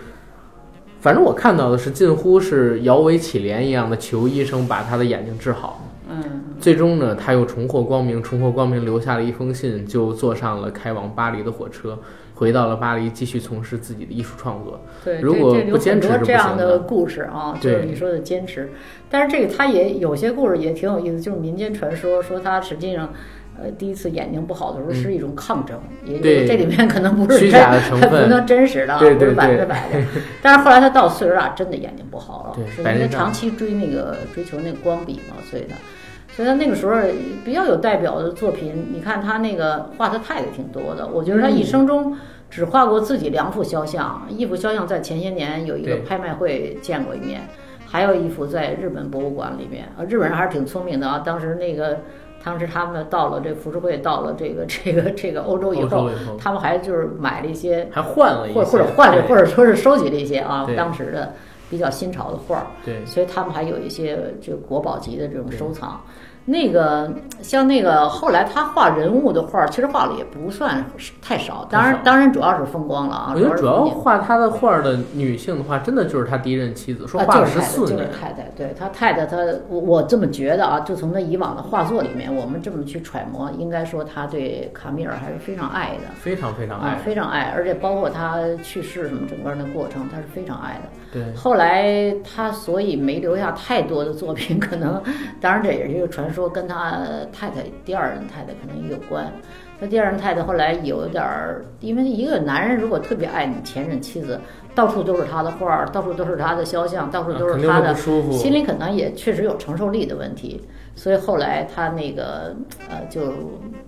Speaker 1: 反正我看到的是，近乎是摇尾乞怜一样的求医生把他的眼睛治好。
Speaker 2: 嗯
Speaker 1: 最终呢，他又重获光明，重获光明留下了一封信，就坐上了开往巴黎的火车，回到了巴黎，继续从事自己的艺术创作。
Speaker 2: 对，
Speaker 1: 如
Speaker 2: 这
Speaker 1: 果
Speaker 2: 这
Speaker 1: 不
Speaker 2: 有
Speaker 1: 坚
Speaker 2: 很
Speaker 1: 持
Speaker 2: 多
Speaker 1: 是
Speaker 2: 这
Speaker 1: 不
Speaker 2: 样
Speaker 1: 行
Speaker 2: 的
Speaker 1: 的
Speaker 2: 故事啊，就
Speaker 1: 对
Speaker 2: 是你说的坚持。但是这个他也有些故事也挺有意思，就是民间传说说他实际上，呃，第一次眼睛不好的时候是一种抗争，也就是
Speaker 1: 对
Speaker 2: 这里面可能不是
Speaker 1: 虚
Speaker 2: 真
Speaker 1: 假的成分
Speaker 2: 不能真实的啊，
Speaker 1: 对
Speaker 2: 不是
Speaker 1: 对
Speaker 2: 百分
Speaker 1: 对
Speaker 2: 之百的。但是后来他到岁数大，真的眼睛不好了
Speaker 1: 对，
Speaker 2: 是因
Speaker 1: 白内
Speaker 2: 为
Speaker 1: 障
Speaker 2: 长期追那个追求那个光比嘛，所以他。所以他那个时候比较有代表的作品，你看他那个画的太太挺多的。我觉得他一生中只画过自己两幅肖像，一幅肖像在前些年有一个
Speaker 1: 对
Speaker 2: 拍卖会见过一面，还有一幅在日本博物馆里面。啊，日本人还是挺聪明的啊，当时那个当时他们到了这浮世绘，到了这个这个这个欧洲以
Speaker 1: 欧
Speaker 2: 后
Speaker 1: 洲以后，
Speaker 2: 他们还就是买了一些
Speaker 1: 还换了一
Speaker 2: 或者
Speaker 1: 些
Speaker 2: 或者换了，
Speaker 1: 对
Speaker 2: 或者说是收集了一些啊
Speaker 1: 对
Speaker 2: 当时的比较新潮的画儿，
Speaker 1: 对
Speaker 2: 所以他们还有一些就国宝级的这种收藏。那个像那个后来他画人物的画儿，其实画的也不算是太少，当
Speaker 1: 太
Speaker 2: 然
Speaker 1: 少哎
Speaker 2: 当然主要是风光了啊，
Speaker 1: 我觉得
Speaker 2: 是
Speaker 1: 主要
Speaker 2: 风景
Speaker 1: 画他的画儿的女性的话，真的就是他第一任妻子，说
Speaker 2: 啊
Speaker 1: 画了
Speaker 2: 就是
Speaker 1: 十
Speaker 2: 太太
Speaker 1: 四
Speaker 2: 就是
Speaker 1: 年，
Speaker 2: 太太，对他太太，他我我这么觉得啊，就从他以往的画作里面，我们这么去揣摩，应该说他对卡米尔还是非常爱的。
Speaker 1: 非常非常
Speaker 2: 啊
Speaker 1: 爱，。
Speaker 2: 非常爱，而且包括他去世什么整个的过程，他是非常爱的。
Speaker 1: 对，
Speaker 2: 后来他所以没留下太多的作品， 可能当然这也是一个传说，跟他太太第二任太太可能也有关。他第二任太太后来有点儿，因为一个男人如果特别爱你前任妻子，到处都是他的画儿，到处都是他的肖像，到处都
Speaker 1: 肯
Speaker 2: 是
Speaker 1: 定
Speaker 2: 他
Speaker 1: 会
Speaker 2: 的
Speaker 1: 不舒
Speaker 2: 心
Speaker 1: 服。
Speaker 2: 里可能也确实有承受力的问题，所以后来他那个呃就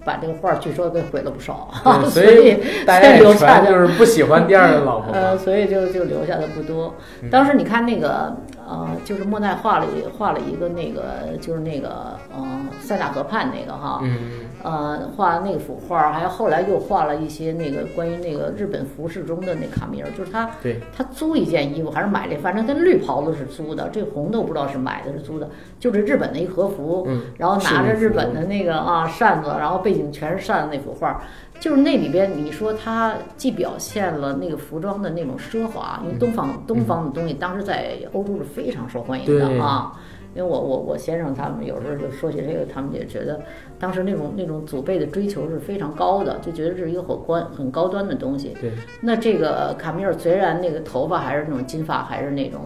Speaker 2: 把这个画儿据说给毁了不少，
Speaker 1: 对
Speaker 2: 啊所
Speaker 1: 所
Speaker 2: 以
Speaker 1: 大
Speaker 2: 所
Speaker 1: 家
Speaker 2: 以留
Speaker 1: 也
Speaker 2: 下
Speaker 1: 传
Speaker 2: 的
Speaker 1: 就是不喜欢第二任老婆嘛，
Speaker 2: 呃，所以就就留下的不多。当时你看那个呃，就是莫奈画了一画了一个那个就是那个呃塞纳河畔那个哈，
Speaker 1: 嗯，
Speaker 2: 呃画那幅画儿，还有后来又画了一些那个关于那个日本服饰中的那卡米尔，就是他
Speaker 1: 对，
Speaker 2: 他租一件衣服还是买的，反正跟绿袍子是租的，这红的我不知道是买的是租的，就是日本的一和服，
Speaker 1: 嗯
Speaker 2: 然后拿着
Speaker 1: 是
Speaker 2: 日
Speaker 1: 那幅
Speaker 2: 本的那个啊扇子，然后背景全是扇子那幅画，就是那里边你说它既表现了那个服装的那种奢华，因为东
Speaker 1: 嗯
Speaker 2: 方、东方的东西当时在欧洲是非常受欢迎
Speaker 1: 对
Speaker 2: 的啊。因为我我我先生他们有时候就说起这个，他们也觉得当时那种那种祖辈的追求是非常高的，就觉得这是一个很关很高端的东西。
Speaker 1: 对，
Speaker 2: 那这个卡米尔虽然那个头发还是那种金发，还是那种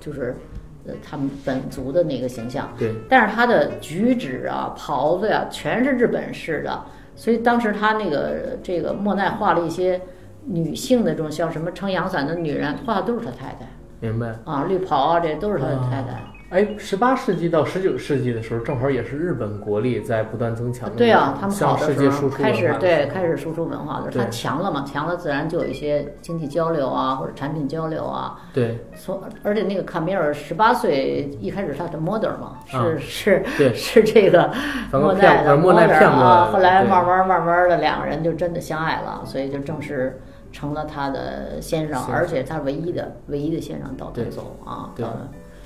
Speaker 2: 就是呃他们本族的那个形象，
Speaker 1: 对，
Speaker 2: 但是他的举止啊、袍子呀、全是日本式的，所以当时他那个这个莫奈画了一些女性的这种像什么撑阳伞的女人，画的都是他太太
Speaker 1: 明白。
Speaker 2: 啊，绿袍啊，这都是他的太太。
Speaker 1: 哎，十八世纪到十九世纪的时候，正好也是日本国力在不断增强的，
Speaker 2: 对啊，他们好
Speaker 1: 向
Speaker 2: 的
Speaker 1: 世
Speaker 2: 时
Speaker 1: 界输
Speaker 2: 候
Speaker 1: 出
Speaker 2: 开始
Speaker 1: 文化
Speaker 2: 对开始输出文化的时
Speaker 1: 对
Speaker 2: 候，他强了嘛，强了自然就有一些经济交流啊，或者产品交流啊，
Speaker 1: 对
Speaker 2: 从而且那个卡米尔十八岁一开始他的 model 嘛，是、
Speaker 1: 啊
Speaker 2: 是
Speaker 1: 对
Speaker 2: 是这个
Speaker 1: 反正
Speaker 2: 莫
Speaker 1: 骗
Speaker 2: 奈
Speaker 1: 反
Speaker 2: 的
Speaker 1: 正莫奈
Speaker 2: model
Speaker 1: 骗过来
Speaker 2: 啊
Speaker 1: 了，
Speaker 2: 后来
Speaker 1: 对
Speaker 2: 慢慢慢慢的两个人就真的相爱了，所以就正式成了他的先生，
Speaker 1: 是
Speaker 2: 而且他唯一的唯一的先生到退走啊，
Speaker 1: 对
Speaker 2: 到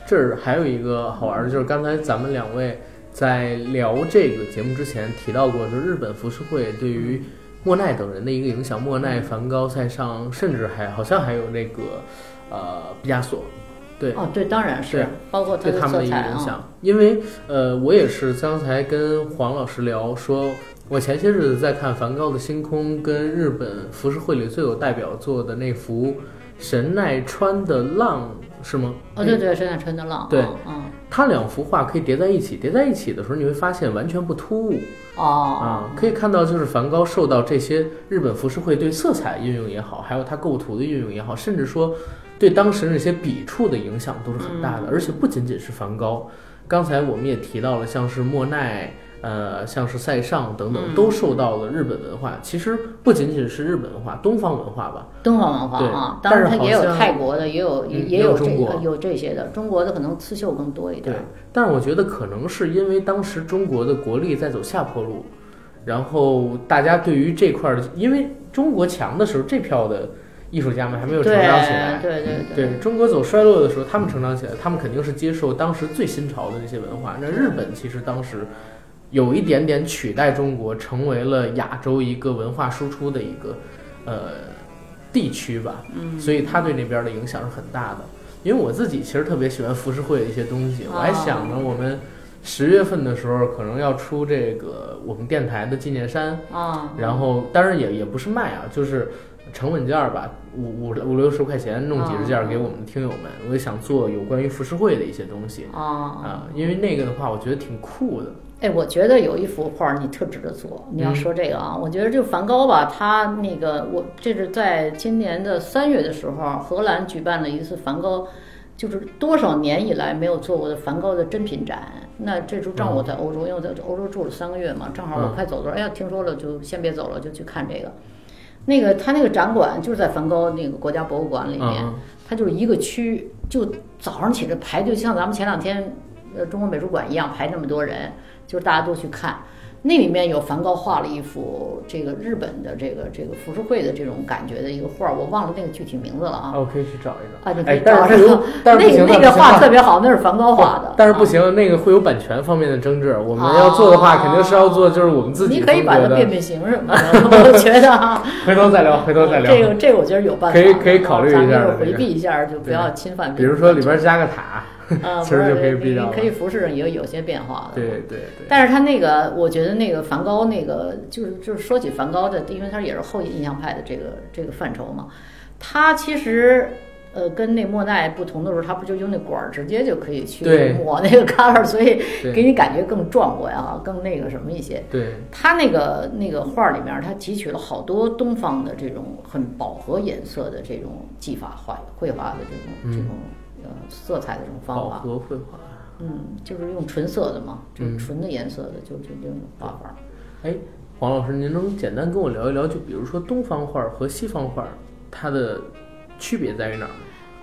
Speaker 1: 这儿还有一个好玩的，就是刚才咱们两位在聊这个节目之前提到过，就是日本浮世绘对于莫奈等人的一个影响。莫奈、梵高、塞尚，甚至还好像还有那个呃毕加索，对，
Speaker 2: 哦对，当然是
Speaker 1: 对
Speaker 2: 包括他
Speaker 1: 对
Speaker 2: 的
Speaker 1: 他们
Speaker 2: 色
Speaker 1: 的一个
Speaker 2: 彩
Speaker 1: 影
Speaker 2: 啊，
Speaker 1: 响。因为呃，我也是刚才跟黄老师聊说。我前些日子在看梵高的《星空》，跟日本浮世绘里最有代表作的那幅神奈川的浪是吗？
Speaker 2: 哦，对对，沈乃川的浪，
Speaker 1: 对
Speaker 2: 嗯，
Speaker 1: 它两幅画可以叠在一起，叠在一起的时候，你会发现完全不突兀
Speaker 2: 嗯，哦，
Speaker 1: 啊。可以看到，就是梵高受到这些日本浮世绘对色彩运用也好，还有它构图的运用也好，甚至说对当时那些笔触的影响都是很大的。而且不仅仅是梵高，刚才我们也提到了，像是莫奈。呃，像是塞尚等等，都受到了日本文化。其实不仅仅是日本文化，东方文化吧。
Speaker 2: 敦煌文化
Speaker 1: 对
Speaker 2: 啊，
Speaker 1: 但
Speaker 2: 当
Speaker 1: 是
Speaker 2: 然它也有
Speaker 1: 好像
Speaker 2: 泰国的，也有
Speaker 1: 嗯
Speaker 2: 也
Speaker 1: 也
Speaker 2: 也
Speaker 1: 有
Speaker 2: 有这
Speaker 1: 中国
Speaker 2: 个有这些的，中国的可能刺绣更多一
Speaker 1: 对
Speaker 2: 点，，
Speaker 1: 但是我觉得可能是因为当时中国的国力在走下坡路，然后大家对于这块儿，因为中国强的时候，这票的艺术家们还没有
Speaker 2: 对
Speaker 1: 成长起来嗯
Speaker 2: 对。对对，
Speaker 1: 对中国走衰落的时候，他们成长起来，他们肯定是接受当时最新潮的那些文化。那日本其实当时有一点点取代中国，成为了亚洲一个文化输出的一个呃地区吧。嗯，所以它对那边的影响是很大的。因为我自己其实特别喜欢浮世绘的一些东
Speaker 2: 啊
Speaker 1: 西，我还想着我们十月份的时候可能要出这个我们电台的纪念衫。
Speaker 2: 啊，
Speaker 1: 然后当然也也不是卖啊，就是成本价儿吧，五五五六十块钱弄几十
Speaker 2: 啊
Speaker 1: 件儿给我们的听友们。我也想做有关于浮世绘的一些东西
Speaker 2: 啊，
Speaker 1: 啊，因为那个的话，我觉得挺酷的。
Speaker 2: 哎，我觉得有一幅画儿你特值得做。
Speaker 1: 嗯
Speaker 2: 你要说这个啊，我觉得这个梵高吧，他那个我这是在今年的三月的时候，荷兰举办了一次梵高，就是多少年以来没有做过的梵高的珍品展。那这时候正好我在欧洲，因为我在欧洲住了三个月嘛，正好我
Speaker 1: 嗯
Speaker 2: 快走的时候，哎呀，听说了就先别走了，就去看这个。那个他那个展馆就是在梵高那个国家博物馆里面，
Speaker 1: 嗯
Speaker 2: 它就是一个区，就早上起来排队，就像咱们前两天呃中国美术馆一样排那么多人，就是大家都去看。那里面有梵高画了一幅这个日本的这个这个浮世绘的这种感觉的一个画，我忘了那个具体名字了
Speaker 1: 啊，
Speaker 2: 啊。
Speaker 1: 我可以去找一找。
Speaker 2: 啊，你可
Speaker 1: 哎
Speaker 2: 以，
Speaker 1: 但
Speaker 2: 找
Speaker 1: 是不
Speaker 2: 着
Speaker 1: 行。，但是不
Speaker 2: 那
Speaker 1: 行，
Speaker 2: 个
Speaker 1: 但
Speaker 2: 那个
Speaker 1: 是不行
Speaker 2: 画特别好，那是梵高画的。
Speaker 1: 但是不
Speaker 2: 啊，
Speaker 1: 行，那个会有版权方面的争执。我们要做的话，
Speaker 2: 啊
Speaker 1: 肯定是要做，就是我们自己
Speaker 2: 你可以
Speaker 1: 风格
Speaker 2: 把它
Speaker 1: 的。
Speaker 2: 变变形什么的，我觉得啊，
Speaker 1: 回头再聊，回头再
Speaker 2: 这
Speaker 1: 聊。
Speaker 2: 个这个我觉得有办法，啊
Speaker 1: 可以可以考虑一下
Speaker 2: 咱们就是
Speaker 1: 这
Speaker 2: 回
Speaker 1: 个
Speaker 2: 避一下，就不
Speaker 1: 对
Speaker 2: 要侵犯
Speaker 1: 比
Speaker 2: 别
Speaker 1: 如
Speaker 2: 人的
Speaker 1: 说
Speaker 2: 感
Speaker 1: 里
Speaker 2: 觉。
Speaker 1: 边加个塔，
Speaker 2: 啊，
Speaker 1: 其实
Speaker 2: 不是
Speaker 1: 就可以避让
Speaker 2: 你可以服饰上也有有些变化的。
Speaker 1: 对对对，
Speaker 2: 但是他那个，我觉得那个梵高那个，就是就是说起梵高的，因为他也是后印象派的这个这个范畴嘛，他其实。呃，跟那莫奈不同的时候，他不就用那管儿直接就可以去
Speaker 1: 对
Speaker 2: 抹那个 color，所以
Speaker 1: 对
Speaker 2: 给你感觉更壮观啊，更那个什么一些。
Speaker 1: 对
Speaker 2: 他那个那个画儿里面，他汲取了好多东方的这种很饱和颜色的这种技法画绘画的这种、这种呃色彩的这种
Speaker 1: 嗯
Speaker 2: 方
Speaker 1: 饱
Speaker 2: 法，
Speaker 1: 和绘画。
Speaker 2: 嗯，就是用纯色的嘛，就是纯的颜色的，就就这种画法。
Speaker 1: 哎，黄老师，您能简单跟我聊一聊，就比如说东方画儿和西方画儿，它的区别在于哪儿？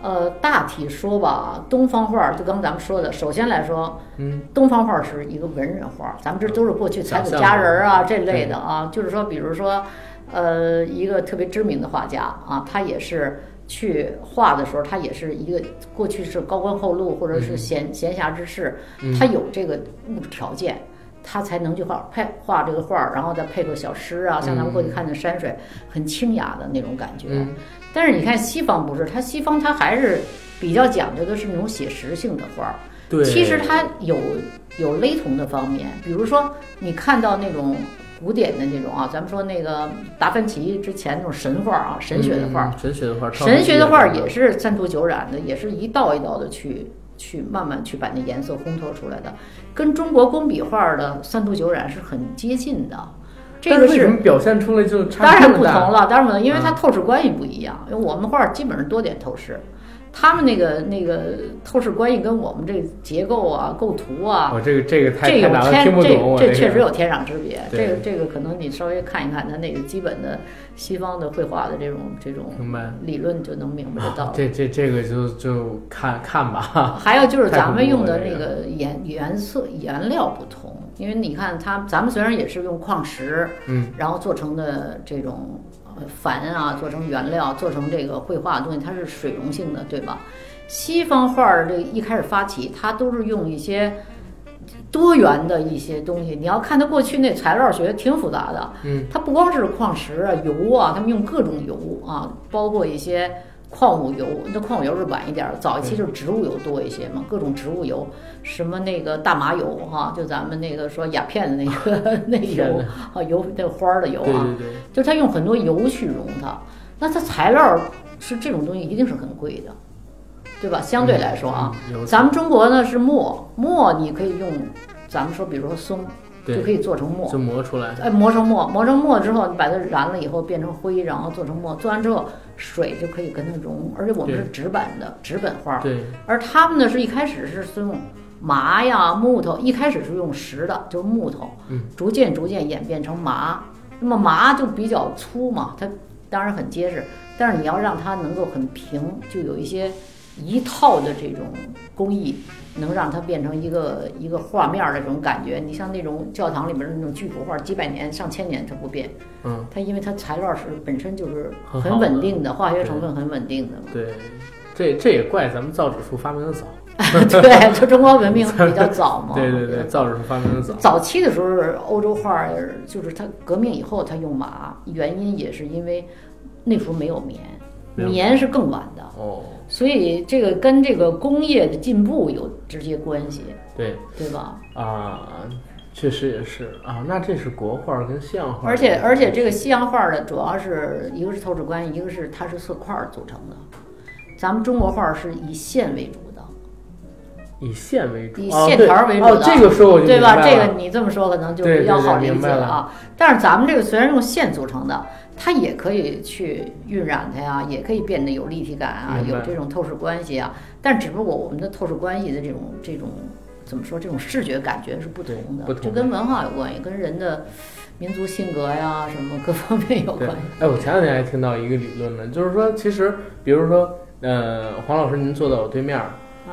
Speaker 2: 呃，大体说吧，啊东方画儿就刚咱们说的，首先来说，
Speaker 1: 嗯，
Speaker 2: 东方画儿是一个文人画儿，咱们这都是过去才
Speaker 1: 想
Speaker 2: 子
Speaker 1: 象
Speaker 2: 佳
Speaker 1: 的嗯
Speaker 2: 人儿啊这类的啊，就是说，比如说，呃，一个特别知名的画家啊，他也是去画的时候，他也是一个过去是高官厚禄或者
Speaker 1: 嗯
Speaker 2: 是闲、闲暇之士，他有这个物质条件。他才能去画配画这个画儿，然后再配个小诗啊，像咱们过去看的山水，很清雅的那种感觉。
Speaker 1: 嗯
Speaker 2: 但是你看西方不是，它西方它还是比较讲究的是那种写实性的画儿。
Speaker 1: 对，
Speaker 2: 其实它有有雷同的方面，比如说你看到那种古典的那种啊，咱们说那个达芬奇之前那种神画啊，神学的画儿，
Speaker 1: 嗯，神学的画儿，超能
Speaker 2: 神学的画儿
Speaker 1: 力
Speaker 2: 也是三途九染的，也是一道一道的去去慢慢去把那颜色烘托出来的，跟中国工笔画儿的三途九染是很接近的。这
Speaker 1: 但
Speaker 2: 个
Speaker 1: 为
Speaker 2: 是
Speaker 1: 什么表现出来就差
Speaker 2: 当然
Speaker 1: 这么
Speaker 2: 不同
Speaker 1: 大
Speaker 2: 了，当然不同，因为它
Speaker 1: 嗯
Speaker 2: 透视关系不一样。因为我们画儿基本上多点透视，他们那个那个透视关系跟我们这结构啊、构图啊，
Speaker 1: 我这个这个太
Speaker 2: 这
Speaker 1: 哦太
Speaker 2: 有
Speaker 1: 难了，
Speaker 2: 天
Speaker 1: 听不懂。我
Speaker 2: 这这
Speaker 1: 个
Speaker 2: 确实有天壤之别。
Speaker 1: 对
Speaker 2: 这个这个可能你稍微看一看它那个基本的西方的绘画的这种这种
Speaker 1: 明白。
Speaker 2: 理论，你就能明白这道
Speaker 1: 啊
Speaker 2: 理。
Speaker 1: 这这这个就就看看 吧，
Speaker 2: 啊还有就是咱们用的
Speaker 1: 太
Speaker 2: 那
Speaker 1: 恐怖
Speaker 2: 个颜颜色原料不同，因为你看它，咱们虽然也是用矿石，
Speaker 1: 嗯，
Speaker 2: 然后做成的这种呃矾啊，做成原料，做成这个绘画的东西，它是水溶性的，对吧？西方画儿这一开始发起，它都是用一些多元的一些东西。你要看它过去那材料学挺复杂的，
Speaker 1: 嗯，
Speaker 2: 它不光是矿石啊、油啊，他们用各种油啊，包括一些矿物油。那矿物油是晚一点儿，早期就是植物油多一些嘛，各种植物油，什么那个大麻油哈、就咱们那个说鸦片的那个 那油
Speaker 1: 天
Speaker 2: 啊，油那花儿的油
Speaker 1: 对
Speaker 2: 啊，
Speaker 1: 对对，
Speaker 2: 就是他用很多油去溶它，那它材料是这种东西一定是很贵的，对吧？相对来说啊，
Speaker 1: 嗯，有
Speaker 2: 咱们中国呢是墨，墨你可以用，咱们说比如说松，就
Speaker 1: 对
Speaker 2: 可以做成墨，
Speaker 1: 就磨出来，
Speaker 2: 哎，磨成墨，磨成墨之后，你把它燃了以后变成灰，然后做成墨，做完之后水就可以跟它融，而且我们是纸板的纸本画，
Speaker 1: 对，
Speaker 2: 而他们呢是一开始是用麻呀木头，一开始是用石的，就是木头，
Speaker 1: 嗯，
Speaker 2: 逐渐逐渐演变成麻，那么麻就比较粗嘛，它当然很结实，但是你要让它能够很平，就有一些一套的这种工艺。能让它变成一个一个画面儿的这种感觉，你像那种教堂里面的那种巨幅画，几百年、上千年它不变，
Speaker 1: 嗯，
Speaker 2: 它因为它材料是本身就是
Speaker 1: 很
Speaker 2: 很
Speaker 1: 好
Speaker 2: 稳
Speaker 1: 的
Speaker 2: 定的，化学成分很稳定的嘛。
Speaker 1: 对，这这也怪咱们造纸术发明的早，
Speaker 2: 对，就中国文明比较哦早嘛。
Speaker 1: 对对对，
Speaker 2: 比较
Speaker 1: 造纸术发明的早，
Speaker 2: 早期的时候，欧洲画儿就是它革命以后，它用麻，原因也是因为那时候没有棉，
Speaker 1: 没有
Speaker 2: 棉是更晚的，
Speaker 1: 哦，
Speaker 2: 所以这个跟这个工业的进步有直接关系，
Speaker 1: 对
Speaker 2: 对吧？
Speaker 1: 啊，确实也是啊，那这是国画儿跟像画儿，
Speaker 2: 而且而且这个西洋画儿的主要是一个是透视观，一个是它是色块儿组成的，咱们中国画儿是以线为主的。
Speaker 1: 以线为主，
Speaker 2: 以
Speaker 1: 哦
Speaker 2: 线
Speaker 1: 对
Speaker 2: 条为主
Speaker 1: 哦
Speaker 2: 的，
Speaker 1: 这个说我就
Speaker 2: 对吧？
Speaker 1: 明白
Speaker 2: 这
Speaker 1: 了
Speaker 2: 个你这么说可能就
Speaker 1: 对
Speaker 2: 比较
Speaker 1: 对对
Speaker 2: 好理
Speaker 1: 明
Speaker 2: 解
Speaker 1: 白
Speaker 2: 了
Speaker 1: 了
Speaker 2: 啊。但是咱们这个虽然用线组成的，它也可以去晕染它呀，也可以变得有立体感啊，
Speaker 1: 明
Speaker 2: 有
Speaker 1: 白
Speaker 2: 这种透视关系啊。但只不过我们的透视关系的这种这种怎么说，这种视觉感觉是不同的，
Speaker 1: 对不同
Speaker 2: 这跟文化有关系，跟人的民族性格呀什么各方面有
Speaker 1: 对
Speaker 2: 关系。，
Speaker 1: 哎，我前两天还听到一个理论呢，就是说，其实比如说，呃，黄老师您坐在我对面儿，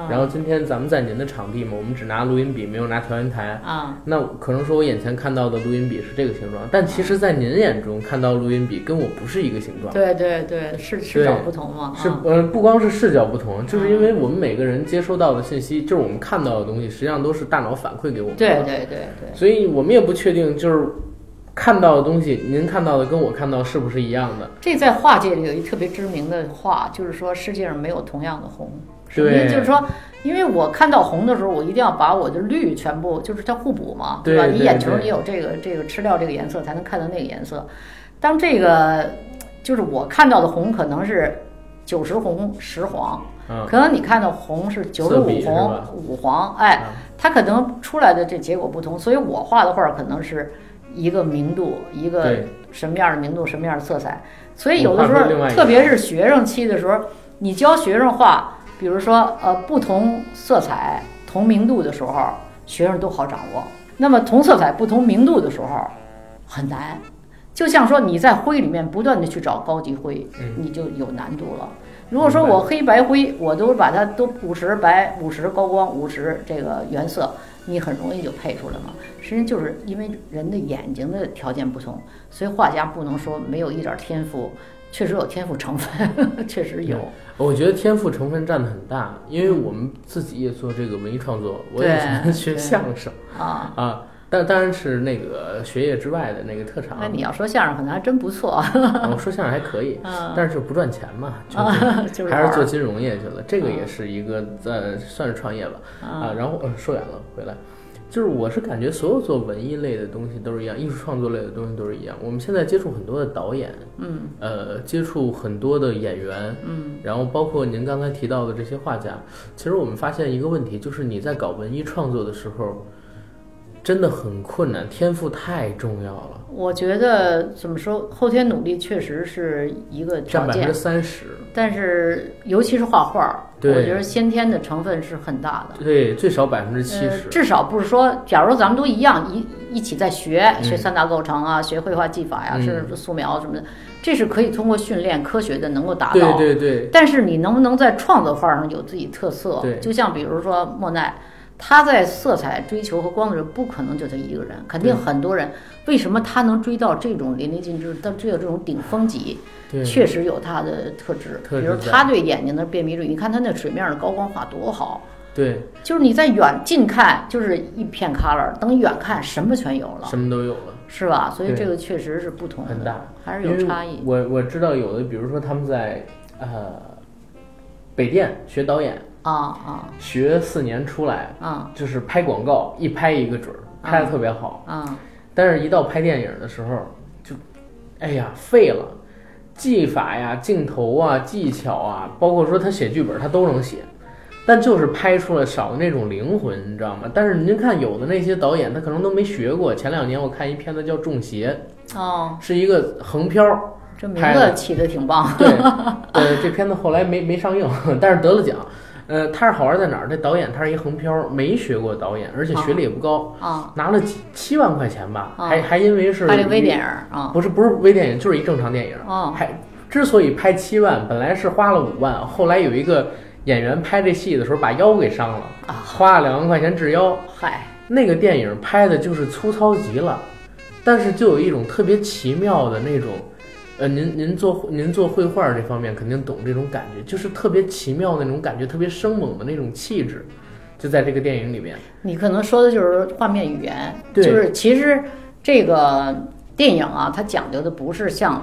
Speaker 1: 然
Speaker 2: 啊
Speaker 1: 后今天咱们在您的场地嘛，我们只拿录音笔，没有拿调音台。
Speaker 2: 啊，
Speaker 1: 那可能说我眼前看到的录音笔是这个形状，但其实，在您眼中看到录音笔跟我不是一个形状，
Speaker 2: 对对对，视视角
Speaker 1: 对
Speaker 2: 不同嘛，
Speaker 1: 是
Speaker 2: 啊
Speaker 1: 呃，不光是视角不同，就是因为我们每个人接收到的信息，就是我们看到的东西，实际上都是大脑反馈给我们的。
Speaker 2: 对对对对。
Speaker 1: 所以我们也不确定，就是看到的东西，您看到的跟我看到是不是一样的？
Speaker 2: 这在画界里有一特别知名的话，就是说世界上没有同样的红。什么意
Speaker 1: 对
Speaker 2: 思？就是说，因为我看到红的时候，我一定要把我的绿全部，就是它互补嘛，
Speaker 1: 对
Speaker 2: 吧？
Speaker 1: 对
Speaker 2: 你眼球
Speaker 1: 对
Speaker 2: 你有这个这个吃掉这个颜色，才能看到那个颜色。当这个就是我看到的红可能是九十红十黄，
Speaker 1: 嗯，
Speaker 2: 可能你看到红是九十
Speaker 1: 色比
Speaker 2: 五
Speaker 1: 是
Speaker 2: 红
Speaker 1: 吧
Speaker 2: 五黄，哎
Speaker 1: 啊，
Speaker 2: 它可能出来的这结果不同，所以我画的画可能是一个明度，一个
Speaker 1: 对
Speaker 2: 什么样的明度，什么样的色彩。所以有的时
Speaker 1: 我画出另外
Speaker 2: 候
Speaker 1: 一，个
Speaker 2: 特别是学生期的时候，你教学生画，比如说呃不同色彩同明度的时候，学生都好掌握。那么同色彩不同明度的时候，很难。就像说你在灰里面不断的去找高级灰，
Speaker 1: 嗯
Speaker 2: 你就有难度了。如果说我黑白灰，我都把它都五十白、五十高光、五十这个原色，你很容易就配出来嘛。实际上就是因为人的眼睛的条件不同，所以画家不能说没有一点天赋，确实有天赋成分， 确实有。
Speaker 1: 我觉得天赋成分占的很大，因为我们自己也做这个文艺创作，我以
Speaker 2: 对
Speaker 1: 前学
Speaker 2: 对
Speaker 1: 相声
Speaker 2: 啊。
Speaker 1: 啊，但当然是那个学业之外的那个特长。
Speaker 2: 那你要说相声，可能还真不错。
Speaker 1: 我说相声还可以，
Speaker 2: 啊
Speaker 1: 但是就不赚钱嘛，就
Speaker 2: 啊， 就是是
Speaker 1: 还是
Speaker 2: 玩
Speaker 1: 做
Speaker 2: 儿嗯
Speaker 1: 金融业去了。这个也是一个在算是创业吧啊。然后呃说远了，回来。就是我是感觉所有做文艺类的东西都是一样，艺术创作类的东西都是一样。我们现在接触很多的导演，
Speaker 2: 嗯，
Speaker 1: 呃，接触很多的演员，
Speaker 2: 嗯，
Speaker 1: 然后包括您刚才提到的这些画家，其实我们发现一个问题，就是你在搞文艺创作的时候，真的很困难，天赋太重要了，
Speaker 2: 我觉得怎么说，后天努力确实是一个条
Speaker 1: 占百分
Speaker 2: 件
Speaker 1: 之，三十。
Speaker 2: 但是尤其是画画儿，
Speaker 1: 对
Speaker 2: 我觉得先天的成分是很大的。
Speaker 1: 对，最少百分之七
Speaker 2: 呃
Speaker 1: 十。
Speaker 2: 至少不是说，假如咱们都一样，一一起在学
Speaker 1: 嗯
Speaker 2: 学三大构成啊，学绘画技法呀、
Speaker 1: 嗯
Speaker 2: 甚至素描什么的，这是可以通过训练科学的能够达
Speaker 1: 对
Speaker 2: 到。
Speaker 1: 对对，
Speaker 2: 但是你能不能在创作画上有自己特色
Speaker 1: 对？
Speaker 2: 就像比如说莫奈，他在色彩追求和光的时候，不可能就他一个人，肯定
Speaker 1: 对
Speaker 2: 很多人。为什么他能追到这种淋漓尽致，到这有这种顶峰级？
Speaker 1: 对
Speaker 2: 确实有他的特质。比
Speaker 1: 特质
Speaker 2: 如
Speaker 1: 在
Speaker 2: 他对眼睛的辨别度，你看他那水面上的高光画多好，
Speaker 1: 对，
Speaker 2: 就是你在远近看就是一片 color，等远看什么全有了，
Speaker 1: 什么都有了，
Speaker 2: 是吧？所以
Speaker 1: 对
Speaker 2: 这个确实是不同的，
Speaker 1: 很大，
Speaker 2: 还是有
Speaker 1: 因为
Speaker 2: 差异。
Speaker 1: 我我知道有的，比如说他们在呃北电学导演，
Speaker 2: 啊啊
Speaker 1: 学四年出来，
Speaker 2: 啊
Speaker 1: 就是拍广告，一拍一个准儿，拍
Speaker 2: 嗯
Speaker 1: 的特别好。
Speaker 2: 啊！
Speaker 1: 但是，一到拍电影的时候，就，哎呀，废了。技法呀、镜头啊、技巧啊，包括说他写剧本，他都能写，但就是拍出了少的那种灵魂，你知道吗？但是您看有的那些导演，他可能都没学过。前两年我看一片子叫《中邪
Speaker 2: 哦，》，
Speaker 1: 是一个横漂儿，
Speaker 2: 这名
Speaker 1: 拍
Speaker 2: 字
Speaker 1: 的
Speaker 2: 起的挺棒。
Speaker 1: 对，呃，这片子后来没没上映，但是得了奖。呃，他是好玩在哪儿？这导演他是一横漂儿，没学过导演，而且学历也不高，
Speaker 2: 啊，
Speaker 1: 拿了几七万块钱吧，
Speaker 2: 啊
Speaker 1: 还还因为是
Speaker 2: 拍这微电影儿啊，
Speaker 1: 不是不是微电影，就是一正常电影。
Speaker 2: 哦
Speaker 1: 还之所以拍七万，本来是花了五万，后来有一个演员拍这戏的时候把腰给伤了，
Speaker 2: 啊，
Speaker 1: 花了两万块钱治腰。
Speaker 2: 嗨，
Speaker 1: 那个电影拍的就是粗糙极了，但是就有一种特别奇妙的那种，呃，您您做您做绘画这方面肯定懂这种感觉，就是特别奇妙的那种感觉，特别生猛的那种气质，就在这个电影里面。
Speaker 2: 你可能说的就是画面语言，就
Speaker 1: 对
Speaker 2: 是其实这个电影啊，它讲究的不是像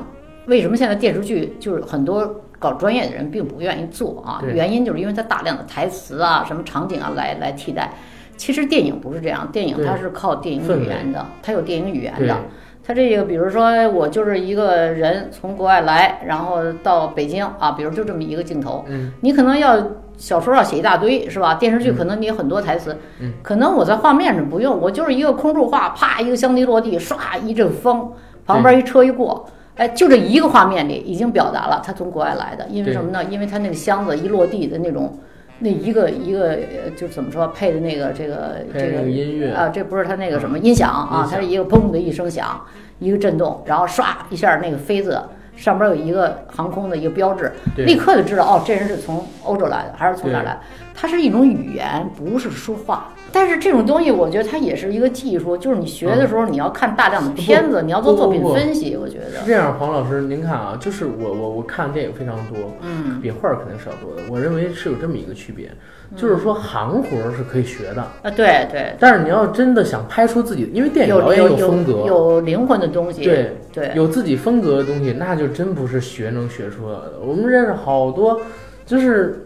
Speaker 2: 为什么现在电视剧就是很多搞专业的人并不愿意做啊，
Speaker 1: 对
Speaker 2: 原因就是因为它大量的台词啊、什么场景啊来来替代。其实电影不是这样，电影
Speaker 1: 对
Speaker 2: 它是靠电影
Speaker 1: 氛
Speaker 2: 语
Speaker 1: 围
Speaker 2: 言的，它有电影语言
Speaker 1: 对
Speaker 2: 的。他这个，比如说我就是一个人从国外来，然后到北京啊，比如就这么一个镜头，
Speaker 1: 嗯，
Speaker 2: 你可能要小说要写一大堆是吧？电视剧可能你有很多台词，
Speaker 1: 嗯，
Speaker 2: 可能我在画面上不用，我就是一个空柱画，啪一个相机落地，唰一阵风，旁边一车一过。哎，就这一个画面里已经表达了他从国外来的，因为
Speaker 1: 对
Speaker 2: 什么呢？因为他那个箱子一落地的那种，那一个一个呃，就是怎么说配的那个这个
Speaker 1: 配
Speaker 2: 这
Speaker 1: 着那
Speaker 2: 个
Speaker 1: 个音乐嗯
Speaker 2: 啊，这不是他那个什么音响
Speaker 1: 音
Speaker 2: 啊，
Speaker 1: 响
Speaker 2: 它是一个砰的一声响，一个震动，然后唰一下那个飞子上边有一个航空的一个标志，
Speaker 1: 对
Speaker 2: 立刻就知道哦，这人是从欧洲来的还是从哪儿来的。它是一种语言，不是说话。但是这种东西，我觉得它也是一个技术，就是你学的时候，你要看大量的片子，你要做作
Speaker 1: 嗯
Speaker 2: 品
Speaker 1: 不不
Speaker 2: 分析。我觉
Speaker 1: 是
Speaker 2: 得，
Speaker 1: 这样，黄老师，您看啊，就是我我我看电影非常多，
Speaker 2: 嗯，
Speaker 1: 比画儿肯定是要多的。我认为是有这么一个区别，就是说行活儿是可以学的，
Speaker 2: 啊，对对，
Speaker 1: 但是你要真的想拍出自己，因为电影
Speaker 2: 有
Speaker 1: 导演
Speaker 2: 有
Speaker 1: 风格，
Speaker 2: 有灵魂的东西。
Speaker 1: 对
Speaker 2: 对，
Speaker 1: 有自己风格的东西，那就真不是学能学出来的。我们认识好多，就是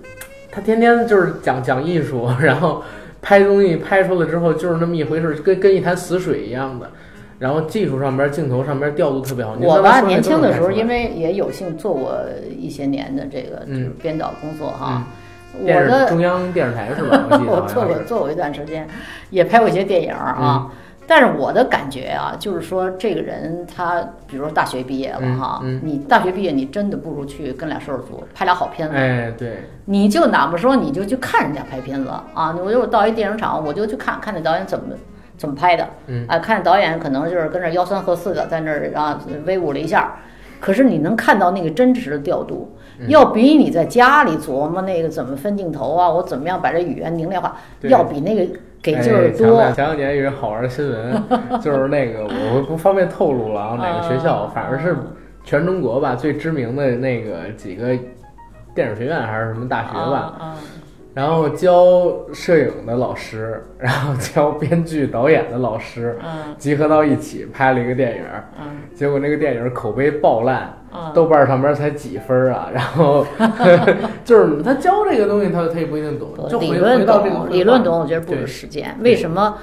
Speaker 1: 他天天就是讲讲艺术， 然后拍东西拍出来之后就是那么一回事，跟跟一潭死水一样的。然后技术上边、镜头上边调度特别好。您
Speaker 2: 我
Speaker 1: 刚才
Speaker 2: 吧，
Speaker 1: 说那
Speaker 2: 年
Speaker 1: 都能
Speaker 2: 轻的时候
Speaker 1: 看出来
Speaker 2: 因为也有幸做过一些年的这个就是
Speaker 1: 嗯
Speaker 2: 编导工作哈，我
Speaker 1: 电视
Speaker 2: 的
Speaker 1: 中央电视台是吧？我记得
Speaker 2: 我
Speaker 1: 好
Speaker 2: 做
Speaker 1: 像
Speaker 2: 过
Speaker 1: 是。嗯
Speaker 2: 做过一段时间，也拍过一些电影儿啊。但是我的感觉啊，就是说这个人他，比如说大学毕业了哈，
Speaker 1: 嗯嗯
Speaker 2: 你大学毕业，你真的不如去跟俩摄制组拍俩好片子，
Speaker 1: 哎，对，
Speaker 2: 你就哪怕说你就去看人家拍片子啊，我就到一电影厂，我就去看看那导演怎么怎么拍的，
Speaker 1: 嗯
Speaker 2: 啊，看导演可能就是跟这儿吆三喝四的在那儿啊威武了一下，可是你能看到那个真实的调度，
Speaker 1: 嗯
Speaker 2: 要比你在家里琢磨那个怎么分镜头啊，我怎么样把这语言凝练化，
Speaker 1: 对
Speaker 2: 要比那个给劲
Speaker 1: 哎
Speaker 2: 儿
Speaker 1: 前
Speaker 2: 多。
Speaker 1: 两前两年有一个好玩的新闻，就是那个我我不方便透露了啊，哪个学校，
Speaker 2: 啊
Speaker 1: 反正是全中国吧最知名的那个几个电影学院还是什么大学吧，
Speaker 2: 啊，
Speaker 1: 然后教摄影的老师，然后教编剧导演的老师
Speaker 2: 嗯嗯
Speaker 1: 集合到一起拍了一个电影，
Speaker 2: 嗯
Speaker 1: 结果那个电影口碑爆烂。
Speaker 2: 嗯，
Speaker 1: 豆瓣上边才几分儿啊，然 后 就是他教这个东西他，他也不一定懂，就
Speaker 2: 理
Speaker 1: 回
Speaker 2: 论
Speaker 1: 回到这个绘画
Speaker 2: 懂，理论懂，我觉得不
Speaker 1: 对
Speaker 2: 是实践。为什么？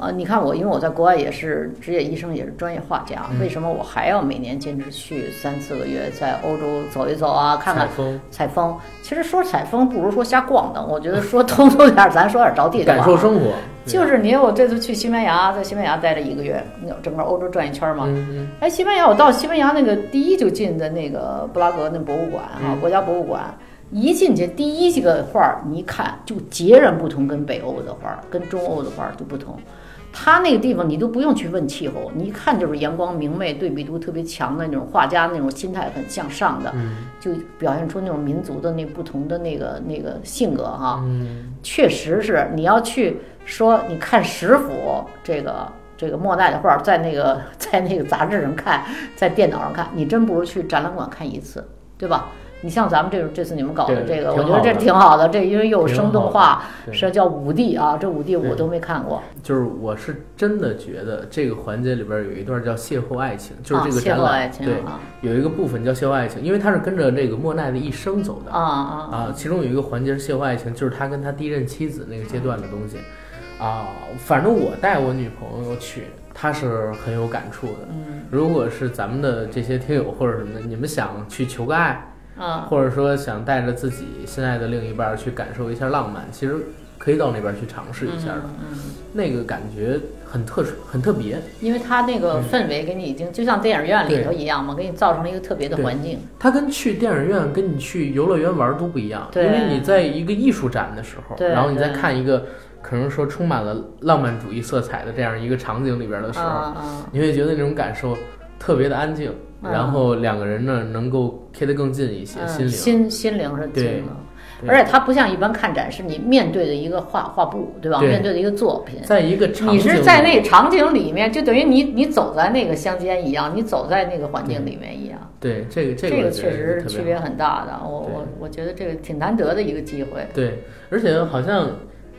Speaker 2: 呃，你看我，因为我在国外也是职业医生，也是专业画家，
Speaker 1: 嗯
Speaker 2: 为什么我还要每年坚持去三四个月在欧洲走一走啊，看看
Speaker 1: 采风
Speaker 2: 采风？其实说采风不如说瞎逛的，我觉得说通俗点儿，咱说点儿着地的
Speaker 1: 感
Speaker 2: 话
Speaker 1: 受。生活，
Speaker 2: 就是你，我这次去西班牙，在西班牙待了一个月，那整个欧洲转一圈儿嘛。
Speaker 1: 嗯
Speaker 2: 哎，西班牙，我到西班牙那个第一就进的那个布拉格那博物馆啊，
Speaker 1: 嗯
Speaker 2: 国家博物馆，一进去第一个画儿，你一看就截然不同，跟北欧的画儿、跟中欧的画儿就不同。他那个地方你都不用去问气候，你一看就是阳光明媚、对比度特别强的那种画家，那种心态很向上的，
Speaker 1: 嗯
Speaker 2: 就表现出那种民族的那不同的那个那个性格哈、
Speaker 1: 嗯，
Speaker 2: 确实是，你要去说，你看石斧这个这个莫奈的画，在那个 在那个杂志上看，在电脑上看，你真不如去展览馆看一次，对吧？你像咱们这种这次你们搞的
Speaker 1: 对
Speaker 2: 这个，
Speaker 1: 挺
Speaker 2: 我觉得
Speaker 1: 好
Speaker 2: 这
Speaker 1: 的
Speaker 2: 挺好的，这因为又有生动画，
Speaker 1: 对
Speaker 2: 是叫五 D 啊，这五 D 我
Speaker 1: 对
Speaker 2: 都没看过。
Speaker 1: 就是我是真的觉得这个环节里边有一段叫邂逅爱情，就是这个
Speaker 2: 啊邂
Speaker 1: 展
Speaker 2: 逅
Speaker 1: 览，
Speaker 2: 爱情
Speaker 1: 对，
Speaker 2: 啊
Speaker 1: 有一个部分叫邂逅爱情，因为它是跟着这个莫奈的一生走的
Speaker 2: 啊啊！
Speaker 1: 啊，其中有一个环节是邂逅爱情，就是他跟他第一任妻子那个阶段的东西啊，反正我带我女朋友去，他是很有感触的。
Speaker 2: 嗯
Speaker 1: 如果是咱们的这些听友或者什么的，你们想去求个爱，
Speaker 2: 啊，
Speaker 1: 或者说想带着自己心爱的另一半儿去感受一下浪漫，其实可以到那边儿去尝试一下的，
Speaker 2: 嗯。嗯
Speaker 1: 那个感觉很特殊，很特别。
Speaker 2: 因为它那个氛围给你已经就像电影院
Speaker 1: 嗯
Speaker 2: 里
Speaker 1: 对
Speaker 2: 头一样嘛，给你造成了一个特别的
Speaker 1: 对
Speaker 2: 环境。
Speaker 1: 它跟去电影院、跟你去游乐园玩儿都不一样，因
Speaker 2: 对
Speaker 1: 为你在一个艺术展的时候，
Speaker 2: 对
Speaker 1: 然后你再
Speaker 2: 对
Speaker 1: 看一个可能说充满了浪漫主义色彩的这样一个场景里边儿的时
Speaker 2: 啊
Speaker 1: 候，
Speaker 2: 啊，
Speaker 1: 你会觉得那种感受特别的安静，
Speaker 2: 嗯
Speaker 1: 然后两个人呢能够贴得更近一些，
Speaker 2: 嗯
Speaker 1: 心灵。
Speaker 2: 心心灵是
Speaker 1: 对
Speaker 2: 近的，
Speaker 1: 对
Speaker 2: 而且它不像一般看展是你面对的一个画画布，对吧？
Speaker 1: 对
Speaker 2: 面对的一个作品。
Speaker 1: 在一个场景，
Speaker 2: 你是在那个场景里面，就等于你你走在那个乡间一样，你走在那个环境里面一样，
Speaker 1: 对这个这
Speaker 2: 这
Speaker 1: 个我
Speaker 2: 个
Speaker 1: 觉
Speaker 2: 确
Speaker 1: 得
Speaker 2: 实是
Speaker 1: 特别
Speaker 2: 区
Speaker 1: 好
Speaker 2: 别很大的。我
Speaker 1: 对
Speaker 2: 我我觉得这个挺难得的一个机会。
Speaker 1: 对，而且好像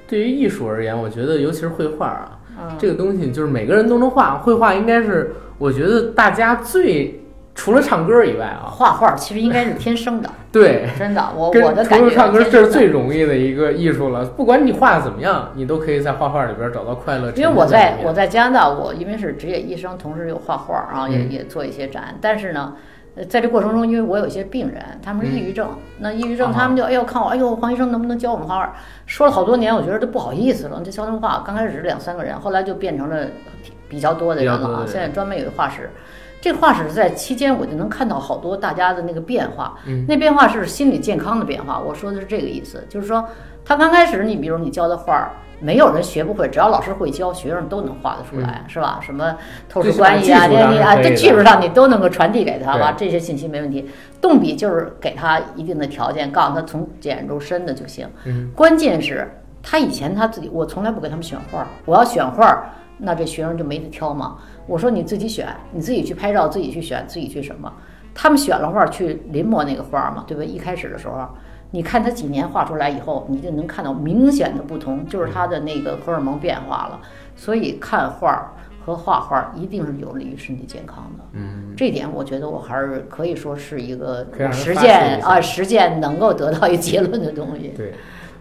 Speaker 1: 对于艺术而言，我觉得尤其是绘画啊，
Speaker 2: 嗯，
Speaker 1: 这个东西就是每个人都能画，绘画应该是我觉得大家最除了唱歌以外啊，
Speaker 2: 画画其实应该是天生的，
Speaker 1: 对，
Speaker 2: 真的。我
Speaker 1: 跟
Speaker 2: 我的感
Speaker 1: 除了
Speaker 2: 觉是
Speaker 1: 唱歌
Speaker 2: 天
Speaker 1: 这是
Speaker 2: 生的
Speaker 1: 最容易的一个艺术了。不管你画得怎么样，你都可以在画画里边找到快乐。
Speaker 2: 因为我
Speaker 1: 沉浸
Speaker 2: 在
Speaker 1: 里面
Speaker 2: 我在加拿大，我因为是职业医生，同时又画画儿啊，也
Speaker 1: 嗯
Speaker 2: 也做一些展。但是呢，呃在这过程中，因为我有一些病人，他们是抑郁症，那抑郁症
Speaker 1: 嗯啊
Speaker 2: 他们就哎呦看我，哎呦黄医生能不能教我们画画儿？说了好多年，我觉得都不好意思了，这教他们画。刚开始是两三个人，后来就变成了比较多的人
Speaker 1: 比较
Speaker 2: 了
Speaker 1: 多的
Speaker 2: 啊。
Speaker 1: 人
Speaker 2: 现在专门有一画室，这个画室在期间我就能看到好多大家的那个变化。
Speaker 1: 嗯
Speaker 2: 那变化是心理健康的变化，我说的是这个意思，就是说他刚开始你比如你教的画儿，没有人学不会，只要老师会教，学生都能画得出来，是吧？什么透视关系啊，
Speaker 1: 嗯最起码技术
Speaker 2: 这
Speaker 1: 上
Speaker 2: 你啊，
Speaker 1: 是可以
Speaker 2: 这
Speaker 1: 的
Speaker 2: 技术上你都能够传递给他吧，这些信息没问题。动笔就是给他一定的条件，告诉他从简入深的就行。
Speaker 1: 嗯，
Speaker 2: 关键是他以前他自己，我从来不给他们选画儿，我要选画儿，那这学生就没得挑嘛。我说你自己选，你自己去拍照，自己去选，自己去什么？他们选了画儿去临摹那个画儿嘛，对吧？一开始的时候，你看他几年画出来以后，你就能看到明显的不同，就是他的那个荷尔蒙变化了。所以看画儿和画画儿一定是有利于身体健康的。嗯，这点我觉得我还是可以说是一个
Speaker 1: 可以让人
Speaker 2: 实
Speaker 1: 发现
Speaker 2: 践
Speaker 1: 一下
Speaker 2: 啊，实践能够得到一结论的东西。
Speaker 1: 对，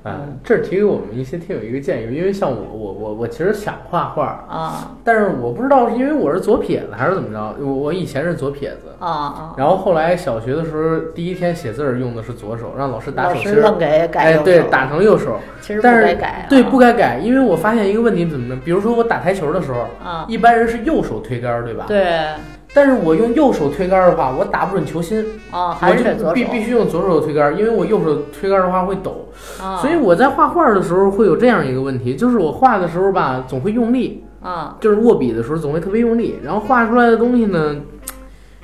Speaker 2: 嗯
Speaker 1: 啊，这提给我们一些听友一个建议，因为像我我我我其实想画画，
Speaker 2: 啊
Speaker 1: 但是我不知道是因为我是左撇子还是怎么着，我我以前是左撇子。
Speaker 2: 啊啊！
Speaker 1: 然后后来小学的时候，第一天写字儿用的是左手，让老师打
Speaker 2: 老
Speaker 1: 手
Speaker 2: 师
Speaker 1: 心儿
Speaker 2: 愣，给改
Speaker 1: 哎，
Speaker 2: 右
Speaker 1: 对，
Speaker 2: 手
Speaker 1: 打成右手。
Speaker 2: 其实不
Speaker 1: 但是
Speaker 2: 该改啊，
Speaker 1: 对，不该改，因为我发现一个问题，怎么呢？比如说我打台球的时候，
Speaker 2: 啊，
Speaker 1: 一般人是右手推杆儿，对吧？。
Speaker 2: 对
Speaker 1: 但是我用右手推杆儿的话，我打不准球心，
Speaker 2: 啊，
Speaker 1: 我
Speaker 2: 还是
Speaker 1: 就
Speaker 2: 得左
Speaker 1: 必
Speaker 2: 手
Speaker 1: 必须用左手推杆儿，因为我右手推杆儿的话会抖。
Speaker 2: 啊，
Speaker 1: 所以我在画画的时候会有这样一个问题，就是我画的时候吧，总会用力，
Speaker 2: 啊
Speaker 1: 就是握笔的时候总会特别用力，然后画出来的东西呢，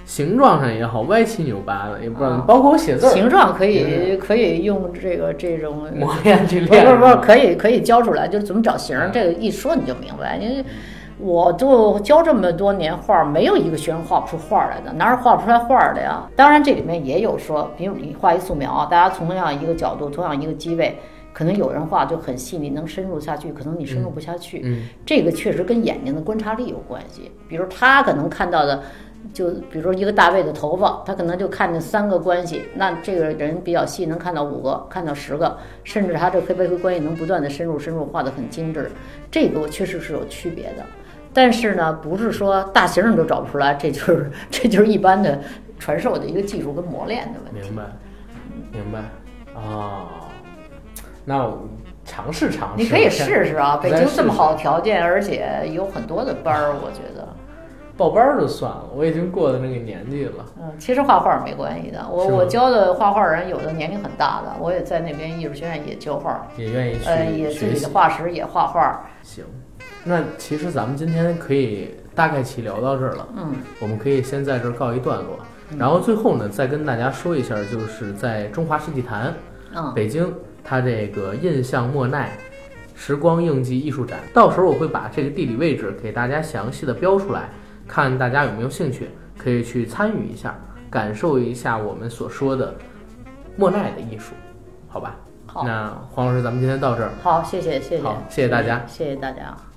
Speaker 1: 形状上也好，歪七扭八的，也不知道，
Speaker 2: 啊
Speaker 1: 包括我写字儿，
Speaker 2: 形状可以
Speaker 1: 也
Speaker 2: 可以用这个这种
Speaker 1: 磨练这
Speaker 2: 不是
Speaker 1: 练。
Speaker 2: 不是不是，可以可以教出来，就是怎么找型儿
Speaker 1: 嗯，
Speaker 2: 这个一说你就明白。因为我就教这么多年画儿，没有一个学生画不出画儿来的，哪有画不出来画儿的呀？当然这里面也有说，比如你画一素描，啊大家同样一个角度，同样一个机位。可能有人画就很细腻，能深入下去；可能你深入不下去，
Speaker 1: 嗯
Speaker 2: 这个确实跟眼睛的观察力有关系。比如他可能看到的，就比如说一个大卫的头发，他可能就看见三个关系，那这个人比较细，能看到五个，看到十个，甚至他这黑白灰关系能不断的深入深入，画得很精致。这个确实是有区别的，但是呢，不是说大型人都找不出来，这就是 这就是一般的传授的一个技术跟磨练的问题。
Speaker 1: 明白，明白哦，那我尝试尝试，
Speaker 2: 你可以试试啊，
Speaker 1: 我
Speaker 2: 北
Speaker 1: 再
Speaker 2: 京这么
Speaker 1: 试试
Speaker 2: 好的条件，而且有很多的班儿，我觉得。
Speaker 1: 报班儿就算了，我已经过了那个年纪了。
Speaker 2: 嗯，其实画画没关系的。我
Speaker 1: 是吗
Speaker 2: 我教的画画人有的年龄很大的，我也在那边艺术学院也教画，
Speaker 1: 也愿意去
Speaker 2: 呃，也自
Speaker 1: 学
Speaker 2: 己
Speaker 1: 习
Speaker 2: 的。画室也画画。
Speaker 1: 行，那其实咱们今天可以大概齐聊到这儿了，
Speaker 2: 嗯，
Speaker 1: 我们可以先在这儿告一段落。然后最后呢，再跟大家说一下，就是在中华世纪坛
Speaker 2: 嗯，
Speaker 1: 北京，它这个印象莫奈时光印记艺术展，到时候我会把这个地理位置给大家详细的标出来，看大家有没有兴趣，可以去参与一下，感受一下我们所说的莫奈的艺术，好吧？
Speaker 2: 好，
Speaker 1: 那黄老师，咱们今天到这儿，
Speaker 2: 好，谢谢，谢谢，
Speaker 1: 好谢谢大家
Speaker 2: 谢谢大家。啊